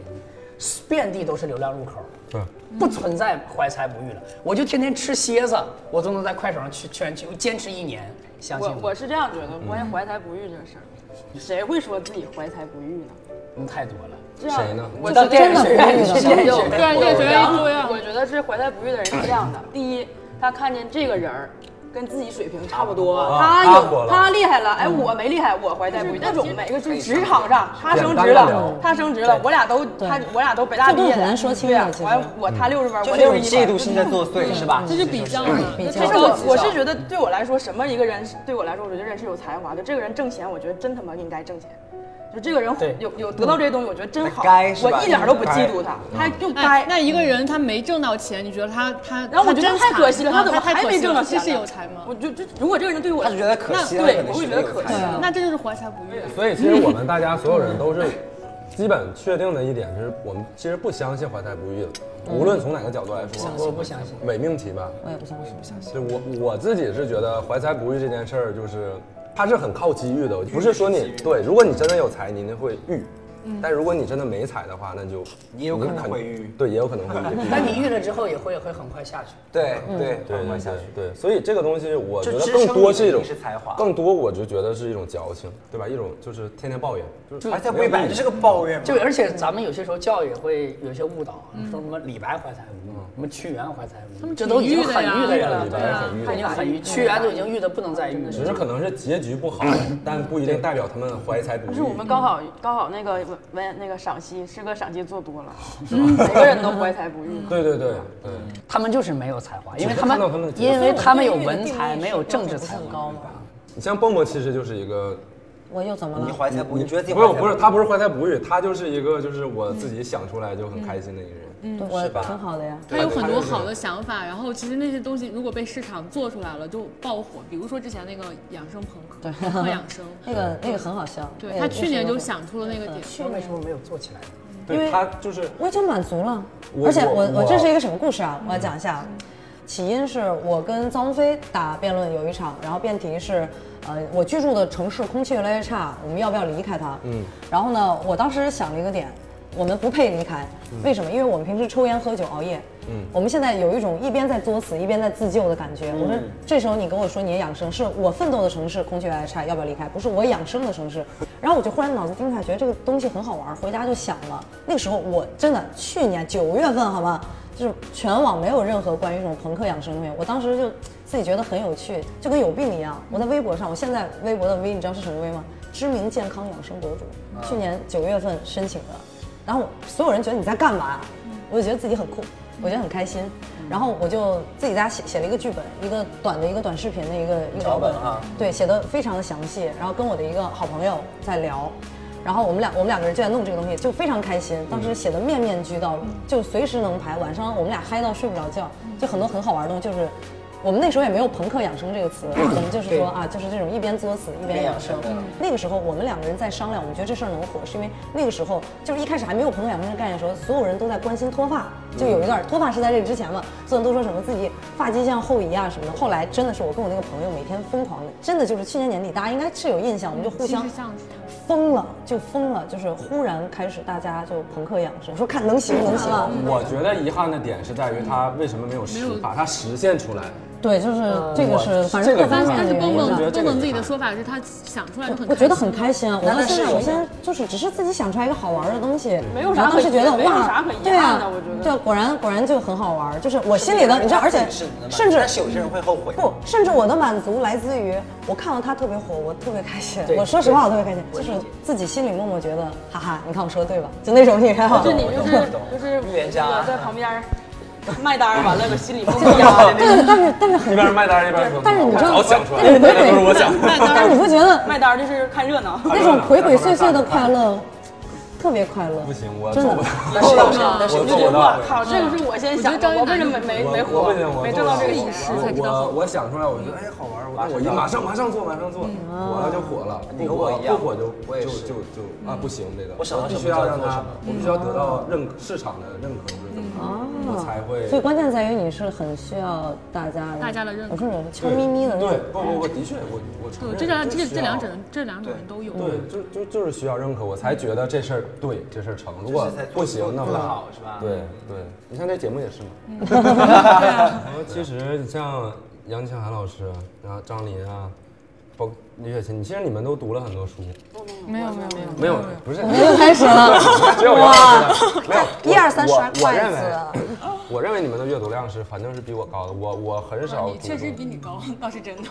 Speaker 7: 遍地都是流量入口，
Speaker 2: 对，
Speaker 7: 不存在怀才不遇了。我就天天吃蝎子，我都能在快手上去圈去坚持一年，相信
Speaker 12: 我我是这样觉得，
Speaker 2: 嗯
Speaker 12: 关于怀才不遇这个事儿，谁会说自己怀才不遇呢？
Speaker 7: 你嗯太多了。
Speaker 12: 这样
Speaker 7: 谁呢
Speaker 12: 我
Speaker 7: 你到电影学院去电影学院
Speaker 12: 对
Speaker 7: 对对
Speaker 12: 然后
Speaker 7: 对啊
Speaker 12: 我觉得是怀才不遇的人是这样的：第一，他看见这个人儿跟自己水平差不多，
Speaker 2: 啊
Speaker 12: 他
Speaker 2: 他火
Speaker 12: 有
Speaker 2: 了嗯
Speaker 12: 他厉害了，哎，我没厉害，我怀才不遇。但是我们每个就是职场上，他升职
Speaker 2: 简单的聊
Speaker 12: 了，他升职了，我俩都他我俩都北大
Speaker 4: 这
Speaker 12: 毕
Speaker 4: 都
Speaker 12: 业的，
Speaker 4: 很难说清
Speaker 12: 对啊
Speaker 4: 的其实
Speaker 12: 我还我
Speaker 2: 嗯
Speaker 12: 他六十分，
Speaker 5: 就
Speaker 12: 我
Speaker 5: 是有
Speaker 12: 六十一分
Speaker 5: 嫉妒心在作祟，嗯是吧？
Speaker 12: 这是比较
Speaker 5: 的
Speaker 12: 比
Speaker 5: 较
Speaker 12: 但是我我是觉得对我来说，什么一个人对我来说，我觉得人是有才华的。这个人挣钱，我觉得真他妈应该挣钱。就这个人有有得到这些东西，我觉得真好，
Speaker 5: 该是吧嗯
Speaker 12: 我一点都不嫉妒他，他就该。
Speaker 9: 哎那一个人他没挣到钱，你觉得他他
Speaker 12: 然后我觉
Speaker 9: 真
Speaker 12: 得太可惜了，
Speaker 9: 惨
Speaker 12: 他怎么
Speaker 9: 啊太
Speaker 12: 还
Speaker 9: 可
Speaker 12: 没
Speaker 9: 惜
Speaker 12: 挣
Speaker 9: 了
Speaker 12: 到钱？
Speaker 9: 这是有才吗？
Speaker 12: 我就就如果这个人对我，他
Speaker 5: 就觉得可惜
Speaker 12: 那
Speaker 5: 他
Speaker 12: 对
Speaker 5: 肯，定
Speaker 12: 我会
Speaker 5: 是
Speaker 12: 觉得
Speaker 5: 没有
Speaker 12: 可惜
Speaker 5: 才。
Speaker 9: 那这就是怀才不遇。
Speaker 2: 所以其实我们大家所有人都是基本确定的一点，就是我们其实不相信怀才不遇的，
Speaker 4: 嗯
Speaker 2: 无论从哪个角度来说，
Speaker 7: 我不相信。
Speaker 2: 伪命题吧。
Speaker 4: 我也不相信，不相信。
Speaker 2: 对我我自己是觉得怀才不遇这件事儿，就是它是很靠机遇的，不是说
Speaker 4: 嗯
Speaker 2: 你对，如果你真的有才，你一定会遇。但如果你真的没才的话，那就你有
Speaker 5: 可能会遇，
Speaker 2: 对，也有可能会 遇。
Speaker 7: 但你遇了之后也会会很快下去。
Speaker 5: 对对
Speaker 2: 对
Speaker 5: 缓
Speaker 2: 对
Speaker 5: 慢下
Speaker 2: 对
Speaker 5: 去。
Speaker 2: 对，所以这个东西我觉
Speaker 5: 就
Speaker 2: 得
Speaker 5: 支
Speaker 2: 更
Speaker 5: 撑
Speaker 2: 多
Speaker 5: 你
Speaker 2: 是一
Speaker 5: 的
Speaker 2: 种
Speaker 5: 你是才华
Speaker 2: 更多我就觉得是一种矫情，对吧？一种就是天天抱怨，就是哎
Speaker 5: 怀才不
Speaker 2: 没
Speaker 5: 遇
Speaker 2: 有
Speaker 5: 本
Speaker 2: 意
Speaker 5: 来就
Speaker 2: 义
Speaker 5: 是个抱怨嘛，
Speaker 7: 就而且咱们有些时候教育也会有些误导，啊说什么李白怀才不遇，什么屈原怀才不遇，这都已经很遇的人了，
Speaker 2: 对啊很遇的
Speaker 7: 已经很遇，屈原都已经遇的不能再遇了。
Speaker 2: 只是可能是结局 不好，但不一定代表他们怀才不
Speaker 12: 不
Speaker 2: 遇。
Speaker 12: 是我们高考高考那个文文那个赏析诗歌赏析做多了，每个人都怀才不遇。
Speaker 2: 对对对对，
Speaker 7: 他们就是没有才华，因
Speaker 2: 只
Speaker 7: 为
Speaker 2: 是
Speaker 7: 他们
Speaker 2: 看到他们的结果
Speaker 7: 因为他们有文才，没有政治才华。
Speaker 2: 你像蹦蹦其实就是一个，
Speaker 4: 我又怎么
Speaker 5: 你
Speaker 4: 了？
Speaker 5: 怀才不遇，你觉得自己
Speaker 2: 不是
Speaker 5: 怀才
Speaker 2: 不是，他不是怀才不遇，他就是一个就是我自己想出来就很开心的一个人，
Speaker 4: 嗯对
Speaker 2: 是
Speaker 4: 我
Speaker 2: 吧
Speaker 4: 挺好的呀。
Speaker 2: 啊
Speaker 9: 他有很多好的想法，然后其实那些东西如果被市场做出来了就爆火，比如说之前那个养生朋克，
Speaker 4: 对
Speaker 9: 朋克养生，
Speaker 4: 那个那个很好笑。
Speaker 9: 对
Speaker 4: 那
Speaker 9: 他
Speaker 4: 个
Speaker 9: 去年就想出了那个点，
Speaker 7: 这为什么没有做起来？
Speaker 4: 因
Speaker 2: 对
Speaker 4: 为
Speaker 2: 他就是
Speaker 4: 我已经满足了。
Speaker 2: 我
Speaker 4: 而且
Speaker 2: 我
Speaker 4: 我
Speaker 2: 我
Speaker 4: 我这是一个什么故事啊？我要讲一下。起因是我跟臧飞打辩论有一场，然后辩题是，呃，我居住的城市空气越来越差，我们要不要离开它？嗯。然后呢，我当时想了一个点，我们不配离开，为什么？因为我们平时抽烟、喝酒、熬夜。嗯。我们现在有一种一边在作死，一边在自救的感觉。我说，这时候你跟我说你养生，是我奋斗的城市空气越来越差，要不要离开？不是我养生的城市。然后我就忽然脑子叮下，觉得这个东西很好玩儿，回家就想了。那个时候我真的去年九月份，好吗？就是全网没有任何关于这种朋克养生的东西。我当时就自己觉得很有趣，就跟有病一样。我在微博上，我现在微博的微你知道是什么微吗？知名健康养生博主，
Speaker 5: 啊
Speaker 4: 去年九月份申请的，然后所有人觉得你在干嘛，我就觉得自己很酷，我觉得很开心，然后我就自己在家写写了一个剧本，一个短的一个短视频的一个一个
Speaker 5: 脚本啊
Speaker 4: 对，写的非常的详细，然后跟我的一个好朋友在聊。然后我们俩我们两个人就在弄这个东西，就非常开心。当时写的面面俱到，就随时能排。晚上我们俩嗨到睡不着觉，就很多很好玩的东西。就是我们那时候也没有“朋克养生”这个 词，我们就是说啊，就是这种一边作死一边养生
Speaker 5: 一边养生。
Speaker 4: 那个时候我们两个人在商量，我们觉得这事儿能火，是因为那个时候就是一开始还没有“朋克养生”这个概念的时候，所有人都在关心脱发，就有一段脱发是在这之前嘛，所有人都说什么自己发际线后移啊什么的。后来真的是我跟我那个朋友每天疯狂的，真的就是去年年底大家应该是有印象，我们就互相
Speaker 9: 其实像是
Speaker 4: 疯了，就疯了，就是忽然开始大家就朋克养生，说看能行能行。啊
Speaker 9: 嗯
Speaker 2: 我觉得遗憾的点是在于他为什么没有实把它实现出来？
Speaker 4: 对，就是这个是，
Speaker 2: 我
Speaker 4: 反
Speaker 2: 这
Speaker 4: 正
Speaker 2: 个
Speaker 4: 各方面
Speaker 2: 但
Speaker 4: 的
Speaker 2: 是
Speaker 4: 原
Speaker 2: 蹦
Speaker 4: 因
Speaker 2: 蹦
Speaker 4: 吧
Speaker 2: 我觉得这
Speaker 9: 蹦
Speaker 2: 个
Speaker 9: 蹦自己的说法是他想出来就很，
Speaker 4: 我觉得很开心啊！
Speaker 12: 嗯
Speaker 4: 我
Speaker 9: 男
Speaker 4: 到
Speaker 9: 的
Speaker 4: 现在，
Speaker 9: 是
Speaker 4: 我
Speaker 9: 一
Speaker 4: 现在
Speaker 9: 样
Speaker 4: 就是只是自己想出来一个好玩的东西，
Speaker 12: 没有
Speaker 4: 然
Speaker 12: 啥可
Speaker 4: 后当时觉得
Speaker 12: 没有
Speaker 4: 哇，
Speaker 12: 啥可遗
Speaker 4: 对
Speaker 12: 憾的
Speaker 4: 啊
Speaker 12: 我觉得
Speaker 4: 对，果然果然就很好玩。就是我心里的，你知道，而且
Speaker 5: 是你的满足
Speaker 4: 甚至
Speaker 5: 但是有些人会后悔。
Speaker 4: 不，甚至我的满足来自于我看到他特别火，我特别开心。
Speaker 5: 对
Speaker 4: 我说实话，我特别开心，
Speaker 5: 我
Speaker 4: 就
Speaker 5: 理
Speaker 4: 是
Speaker 5: 解
Speaker 4: 自己心里默默觉得，哈哈，你看我说的对吧？就那种你还好。
Speaker 12: 就你嗯就是就是
Speaker 5: 预言家
Speaker 12: 我在旁 边儿卖单儿，完了我心里默默压的那种。
Speaker 4: 对，但是但是很
Speaker 2: 一边卖单一边说，
Speaker 4: 但是你知道
Speaker 2: 早想出来，
Speaker 4: 但是
Speaker 2: 那
Speaker 4: 你不觉得
Speaker 2: 都是我想。
Speaker 12: 卖单儿
Speaker 4: 但是你不 觉得
Speaker 12: 卖单儿就是看热 闹？
Speaker 4: 那种鬼鬼祟祟的快乐，特别快乐。不
Speaker 2: 行，我
Speaker 4: 真的
Speaker 2: 做不到，
Speaker 12: 我
Speaker 2: 我
Speaker 12: 就
Speaker 2: 做
Speaker 12: 觉
Speaker 2: 不
Speaker 12: 得
Speaker 2: 到
Speaker 12: 哇。靠，这个是我先想的，我为什么没没火
Speaker 2: 我不行，我，
Speaker 12: 没
Speaker 2: 做
Speaker 12: 挣到
Speaker 2: 不到
Speaker 12: 这个钱？
Speaker 2: 我我我想出来，我觉得哎好玩，我我一马上马上做马上做，
Speaker 4: 嗯
Speaker 2: 火了就火了，
Speaker 5: 你跟
Speaker 2: 不火
Speaker 5: 我一样
Speaker 2: 不火就
Speaker 5: 我也
Speaker 2: 就是就就
Speaker 4: 嗯
Speaker 2: 啊不行这个，
Speaker 5: 我想到
Speaker 2: 必
Speaker 5: 什么
Speaker 2: 须要
Speaker 5: 就
Speaker 2: 让
Speaker 5: 做什
Speaker 2: 它
Speaker 5: 么，
Speaker 2: 我必须要得到认可市场的认可或者怎么样，我才会。
Speaker 4: 哦所以关键在于你是很需要大家
Speaker 9: 大家的认可
Speaker 4: 不是悄咪咪的那种。嗯
Speaker 2: 对，不不不，的确，我我承
Speaker 9: 对
Speaker 2: 认
Speaker 9: 这两
Speaker 2: 是
Speaker 9: 这
Speaker 2: 需
Speaker 9: 这两
Speaker 2: 要
Speaker 9: 者这两种人都有。
Speaker 2: 对，就就就是需要认可，我才觉得这事儿对，这事儿成。如果
Speaker 5: 这事才
Speaker 2: 不行，那
Speaker 5: 做
Speaker 2: 不
Speaker 5: 得
Speaker 2: 太
Speaker 5: 好是吧
Speaker 2: 对对，你像这节目也是嘛。 啊然后其实你像杨千涵老师，然后张琳啊，包括李雪琴，你其实你们都读了很多书。
Speaker 8: 没有没有没有
Speaker 2: 没有，不是，
Speaker 4: 又开始了
Speaker 2: 只有杨老师的没有。
Speaker 4: 一二三
Speaker 2: 我
Speaker 4: 刷
Speaker 2: 我
Speaker 4: 筷
Speaker 2: 认为
Speaker 4: 子，
Speaker 2: 我认为你们的阅读量是反正是比我高的，我我很少读
Speaker 9: 你确
Speaker 2: 书
Speaker 9: 实比你高，
Speaker 12: 哦
Speaker 9: 倒是真的。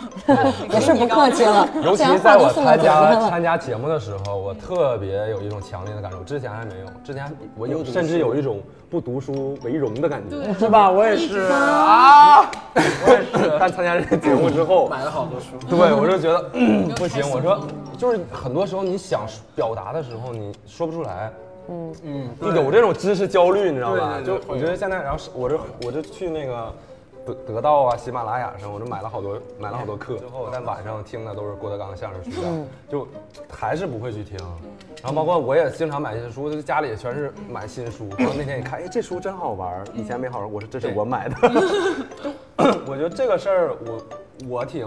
Speaker 4: 也是 不客气了。
Speaker 2: 尤其
Speaker 4: 竟然
Speaker 2: 在
Speaker 4: 话都
Speaker 2: 我
Speaker 4: 送到
Speaker 2: 参
Speaker 4: 嘴边
Speaker 2: 加
Speaker 4: 了。
Speaker 2: 参加节目的时候，我特别有一种强烈的感受，之前还没有，之前我有甚至有一种不读书为荣的感觉，是吧？我也是啊，我也是。但参加 这个节目之后，
Speaker 5: 买了好多书，
Speaker 2: 对我就觉得、嗯不行，我说就是很多时候你想表达的时候你说不出来。嗯嗯，有这种知识焦虑，你知道吧？
Speaker 5: 对对
Speaker 2: 就
Speaker 5: 对
Speaker 2: 我觉得现在，然后是我就我就去那个得得到啊、喜马拉雅上，我就买了好多买了好多课，之后但晚上听的都是郭德纲相声书架，就还是不会去听。然后包括我也经常买一些书，就是家里全是买新书。然后那天一看，哎，这书真好玩儿，以前没好玩儿。我说这是我买的。
Speaker 4: 嗯
Speaker 2: 我觉得这个事儿，我我挺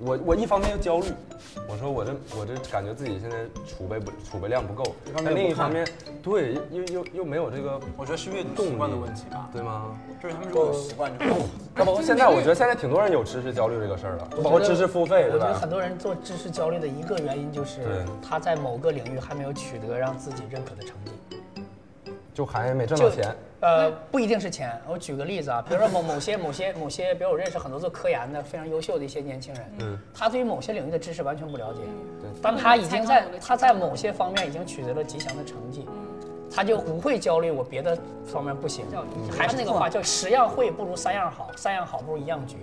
Speaker 2: 我我一方面又焦虑，我说我这我这感觉自己现在储备不储备量不够，但另一方面，对又又又没有这个
Speaker 5: 我觉得是阅读
Speaker 2: 动
Speaker 5: 习惯的
Speaker 2: 力
Speaker 5: 问题吧。哎
Speaker 2: 对吗？
Speaker 5: 就是他们如果有习惯就会
Speaker 2: 那包括现在，我觉得现在挺多人有知识焦虑这个事儿了，就包括知识付费，
Speaker 7: 我
Speaker 2: 对
Speaker 7: 觉得
Speaker 2: 吧
Speaker 7: 很？多人做知识焦虑的一个原因就是
Speaker 2: 对
Speaker 7: 他在某个领域还没有取得让自己认可的成绩，
Speaker 2: 就还没挣到钱，
Speaker 7: 呃，不一定是钱。我举个例子啊，比如说某某些某些某些，比如我认识很多做科研的非常优秀的一些年轻人，
Speaker 2: 嗯，
Speaker 7: 他对于某些领域的知识完全不了解，
Speaker 2: 对
Speaker 7: 但他已经在嗯他在某些方面已经取得了极强的成绩，他就不会焦虑我别的方面不行。
Speaker 2: 嗯
Speaker 7: 还是那个话，叫十样会不如三样好，三样好不如一样绝。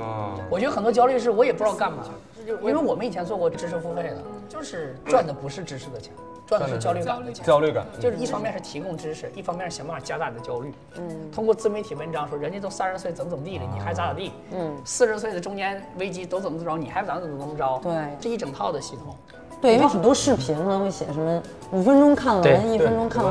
Speaker 2: 啊，
Speaker 7: 我觉得很多焦虑是我也不知道干嘛，因为嗯我们以前做过知识付费的，就是赚的不是知识的钱，赚的是焦虑感的钱。
Speaker 2: 焦虑感，
Speaker 7: 就是一方面是提供知识，一方面是想办法加大你的焦虑。嗯，通过自媒体文章说人家都三十岁怎么怎么地了，你还咋咋地？嗯，四十岁的中年危机都怎么怎么着，你还咋怎么怎么着？
Speaker 4: 对
Speaker 7: 这一整套的系统。
Speaker 4: 对，因为很多视频呢会写什么五分钟看完，一分钟看会。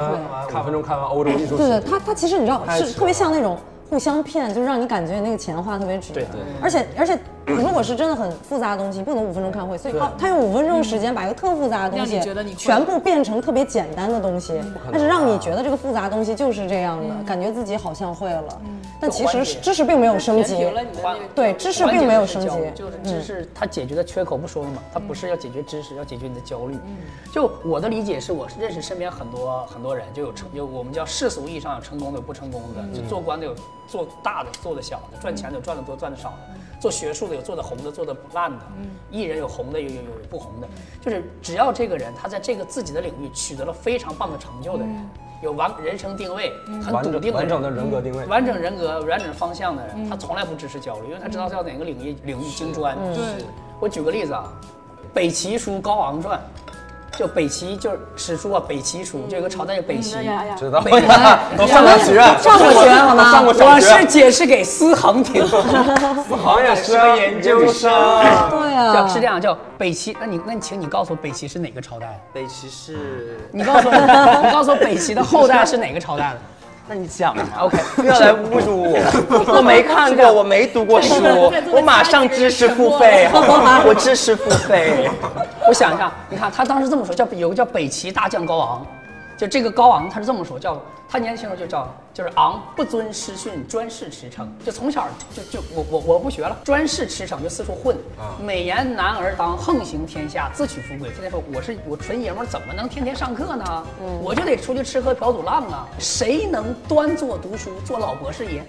Speaker 2: 看分钟看完欧洲艺术
Speaker 4: 对对，
Speaker 2: 史，
Speaker 4: 他他其实你知道
Speaker 2: 太扯
Speaker 4: 是
Speaker 2: 了
Speaker 4: 特别像那种互相骗，就让你感觉那个钱花特别值。
Speaker 7: 对对
Speaker 4: 而且而且，如果是真的很复杂的东西，不能五分钟看会，所以他他用五分钟时间把一个特复杂的东
Speaker 9: 嗯让
Speaker 4: 西
Speaker 9: 你觉得你会
Speaker 4: 全部变成特别简单的东西，但是让你觉得这个复杂的东西就是这样的，
Speaker 9: 嗯
Speaker 4: 感觉自己好像会了，但其
Speaker 7: 缓
Speaker 4: 实
Speaker 7: 解
Speaker 4: 知识并没有升级。对，知识并没有升级嗯
Speaker 7: 缓解。就是知识它解决的缺口不说了嘛，它不是要解决知识，要解决你的焦虑。
Speaker 4: 嗯
Speaker 7: 就我的理解是，我认识身边很多很多人，就有成有我们叫世俗意义上有成
Speaker 4: 嗯
Speaker 7: 功
Speaker 4: 嗯
Speaker 7: 的，有不成功的，就做官的有做大的，做的小的，赚钱的有赚的多，赚的少的，做学术的有做的红的，做的烂的，艺人有红的，有有有不红
Speaker 4: 嗯
Speaker 7: 的，就是只要这个人他在这个自己的领域取得了非常棒的成就的人，
Speaker 4: 嗯
Speaker 7: 有完人生定位很
Speaker 2: 完
Speaker 7: 笃
Speaker 2: 整
Speaker 7: 定
Speaker 2: 完整
Speaker 7: 的
Speaker 2: 的人格定位，
Speaker 7: 完整人格、完整方向的人，他从来不支持焦虑，因为他知道要哪个领域领域精专。
Speaker 8: 嗯对，
Speaker 7: 我举个例子啊，北齐书高昂传。就北齐就是史书啊，北齐书就有个朝代叫北
Speaker 8: 嗯
Speaker 7: 齐
Speaker 8: 哎呀哎呀，
Speaker 2: 知道
Speaker 7: 北 齐
Speaker 2: 哎都上过学
Speaker 7: 上过学
Speaker 2: 我上过小
Speaker 7: 我
Speaker 2: 学
Speaker 7: 是解释给思恒听，思
Speaker 2: 恒也是个研究生
Speaker 7: 对
Speaker 2: 对啊
Speaker 7: 是这样叫北齐。那你那你请你告诉我北齐是哪个朝代？
Speaker 5: 北齐是，
Speaker 7: 你告诉我，你告诉我北齐的后代是哪个朝代的？
Speaker 5: 那你讲啊
Speaker 7: ，OK，
Speaker 5: 不要来侮辱 我，我没看过，我没读过书，我马上知识付费，好不好？ 我知识付 费。
Speaker 7: 我想一下，你看他当时这么说，叫有个叫北齐大将高昂，就这个高昂他是这么说，叫他年轻时候就叫就是昂不遵师训，专事驰骋，就从小就就我我我不学了，专事驰骋就四处混，美言男儿当，横行天下，自取富贵。天天说我是我纯爷们儿，怎么能天天上课呢？
Speaker 1: 嗯
Speaker 7: 我就得出去吃喝嫖赌浪啊！谁能端坐读书做老博士爷？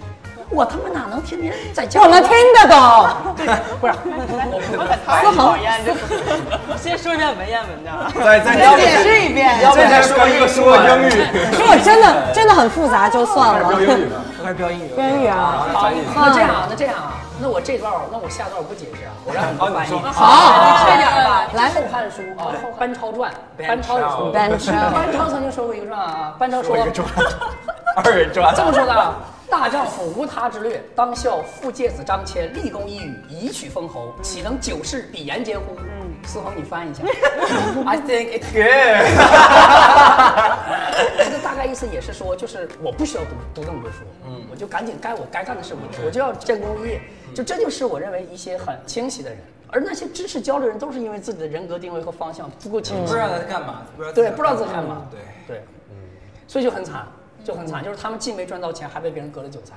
Speaker 7: 我他妈哪能天天在家？
Speaker 1: 我能听得懂。
Speaker 7: 对，不是，
Speaker 12: 我可太讨厌这个。 先说一遍文言文的，
Speaker 2: 再再
Speaker 12: 再解释一遍，
Speaker 2: 要不然说一个说英语，
Speaker 4: 如果真的真的很复杂就算了。
Speaker 5: 开始标英语，
Speaker 4: 标英语啊
Speaker 7: 好
Speaker 4: 翻译，
Speaker 7: 那这样啊，那这样啊，那我这段儿，那我下段儿我不解释啊，
Speaker 5: 哦
Speaker 7: 我让你们翻译。
Speaker 4: 好
Speaker 7: 快点儿吧，
Speaker 4: 来
Speaker 7: 来《后汉书》啊，《后班超传》，班超
Speaker 5: 超
Speaker 7: 班
Speaker 5: 班
Speaker 7: 超
Speaker 5: 超，
Speaker 7: 班超曾经说过一个传啊，班超说
Speaker 5: 说一个传二人抓
Speaker 7: 这么说的啊，大丈夫无他之略，当效父介子张骞，立功一语，以取封侯，岂能久视比颜间乎？嗯，思恒，你翻译一 下。I think it's good 。这个大概意思也是说，就是我不需要读读那么多书，嗯，我就赶紧该我该干的事，我我就要建功立业，就这就是我认为一些很清晰的人。而那些知识焦虑的人，都是因为自己的人格定位和方向不够清晰，
Speaker 5: 不知道在干嘛，
Speaker 7: 对，不知道自己干嘛，
Speaker 2: 嗯
Speaker 5: 对
Speaker 7: 对，所以就很惨，就很惨，就是他们既没赚到钱，还被别人割了韭菜。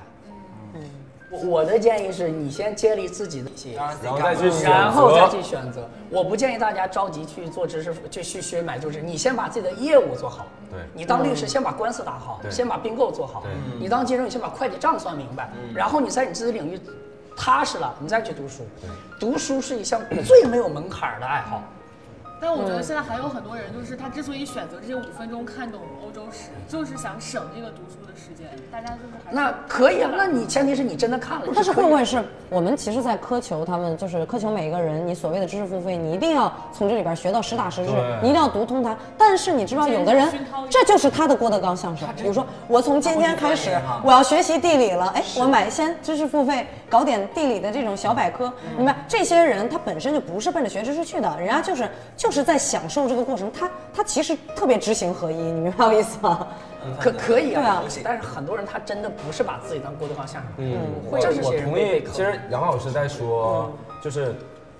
Speaker 4: 嗯
Speaker 7: 嗯我我的建议是你先建立自己的一些，
Speaker 2: 然后再去选择
Speaker 7: 然后再去选择。我不建议大家着急去做知识，就去学买就是你先把自己的业务做好。
Speaker 2: 对
Speaker 7: 你当律师先把官司打好，
Speaker 2: 对
Speaker 7: 先把并购做好
Speaker 2: 对。嗯
Speaker 7: 你当金融，你先把会计账算明白，然后你在你自己领域踏实了，你再去读书。读书是一项最没有门槛儿的爱好。
Speaker 6: 但我觉得现在还有很多人，就是他之所以选择这五分钟看懂欧洲史，就是想省这个读书的时间。大家就是还是
Speaker 7: 那可以啊，那你前提是你真的看了。
Speaker 4: 但是会不
Speaker 7: 可
Speaker 4: 会
Speaker 7: 以
Speaker 4: 是我们其实，在苛求他们，就是苛求每一个人，你所谓的知识付费，你一定要从这里边学到实打实知
Speaker 2: 对，
Speaker 4: 你一定要读通达。但是你知道，有的人这就是他的郭德纲相声。比如说，我从今天开始，我要学习地理了，哎，我买先知识付费，搞点地理的这种小百科。明白？这些人他本身就不是奔着学知识去的，人家就是就是在享受这个过程。他他其实特别知行合一，你明白我意思吗？
Speaker 7: 可可以
Speaker 4: 对
Speaker 7: 啊
Speaker 4: 啊，
Speaker 7: 但是很多人他真的不是把自己当郭德纲相声，
Speaker 2: 嗯，我
Speaker 7: 会这是
Speaker 2: 我
Speaker 7: 些人
Speaker 2: 同
Speaker 7: 会被
Speaker 2: 意。
Speaker 7: 坑
Speaker 2: 其实杨老师在说，
Speaker 7: 嗯
Speaker 2: 就是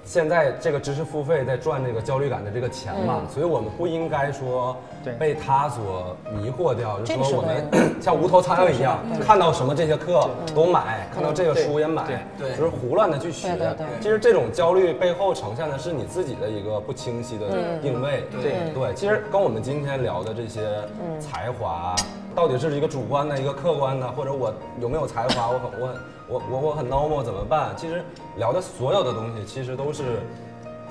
Speaker 2: 现在这个知识付费在赚这个焦虑感的这个钱
Speaker 7: 嗯
Speaker 2: 嘛，所以我们不应该说被他所迷惑掉，就
Speaker 4: 这
Speaker 2: 说
Speaker 4: 个是
Speaker 2: 我们 像无头苍蝇一样，看到什么这些课都买，看到这个书也买，
Speaker 5: 对对
Speaker 2: 就是胡乱的去学
Speaker 4: 对对对。
Speaker 2: 其实这种焦虑背后呈现的是你自己的一个不清晰的定位，
Speaker 5: 对
Speaker 2: 对。其实跟我们今天聊的这些才华。到底是一个主观的，一个客观的，或者我有没有才华，我很我很我我我很 normal 怎么办？其实聊的所有的东西，其实都是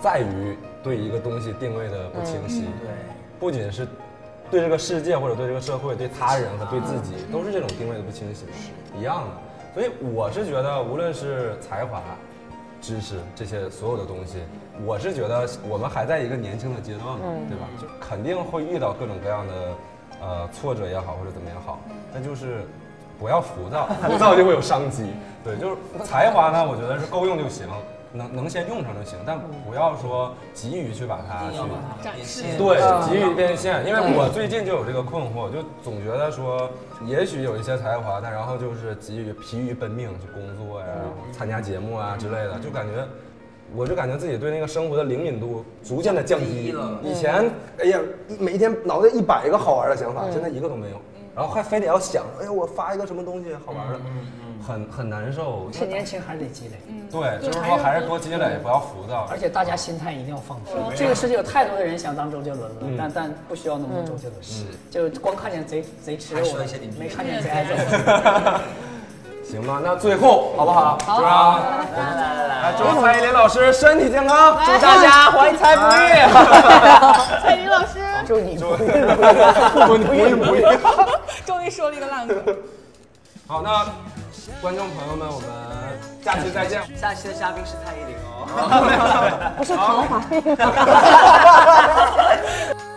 Speaker 2: 在于对一个东西定位的不清晰，对，不仅是对这个世界或者对这个社会、对他人和对自己，都是这种定位的不清晰，一样的。所以我是觉得，无论是才华、知识这些所有的东西，我是觉得我们还在一个年轻的阶段嘛，对吧？就肯定会遇到各种各样的呃挫折也好，或者怎么也好，那就是不要浮 躁，浮躁就会有商机。对，就是才华呢，我觉得是够用就行，能能先用上就行，但不要说急于去把它去。
Speaker 6: 展示。
Speaker 2: 对，急于变现，因为我最近就有这个困惑，就总觉得说，也许有一些才华，但然后就是急于疲于奔命去工作呀、参加节目啊之类的，就感觉，我就感觉自己对那个生活的灵敏度逐渐的降低
Speaker 5: 低了
Speaker 2: 以前，哎呀，一每一天脑袋一百个好玩的想法，现在一个都没有，然后还非得要想，哎呀，我发一个什么东西好玩的，很很难受。
Speaker 7: 趁年轻还是得积累。
Speaker 2: 对，嗯就是嗯说还是多积累，不要浮躁。
Speaker 7: 而且大家心态一定要放平。这个世界有太多的人想当周杰伦了，
Speaker 2: 嗯
Speaker 7: 但但不需要那么多周杰伦，就光看见贼贼吃
Speaker 5: 还
Speaker 7: 肉
Speaker 5: 需要
Speaker 7: 的
Speaker 5: 一些领，
Speaker 7: 没
Speaker 5: 地
Speaker 7: 看见贼挨揍的。
Speaker 2: 行吧，那最后好不好？好，
Speaker 4: 好
Speaker 2: 来来来来，啊，祝蔡依林老师身体健康，
Speaker 10: 祝大家怀才不遇。
Speaker 6: 蔡依林老师，
Speaker 10: 祝你
Speaker 2: 祝不孕不孕不孕。
Speaker 6: 终于说了一个烂梗。
Speaker 2: 好，那观众朋友们，我们下期再见。
Speaker 5: 下期的嘉宾是蔡依林哦，
Speaker 4: 不是陶华。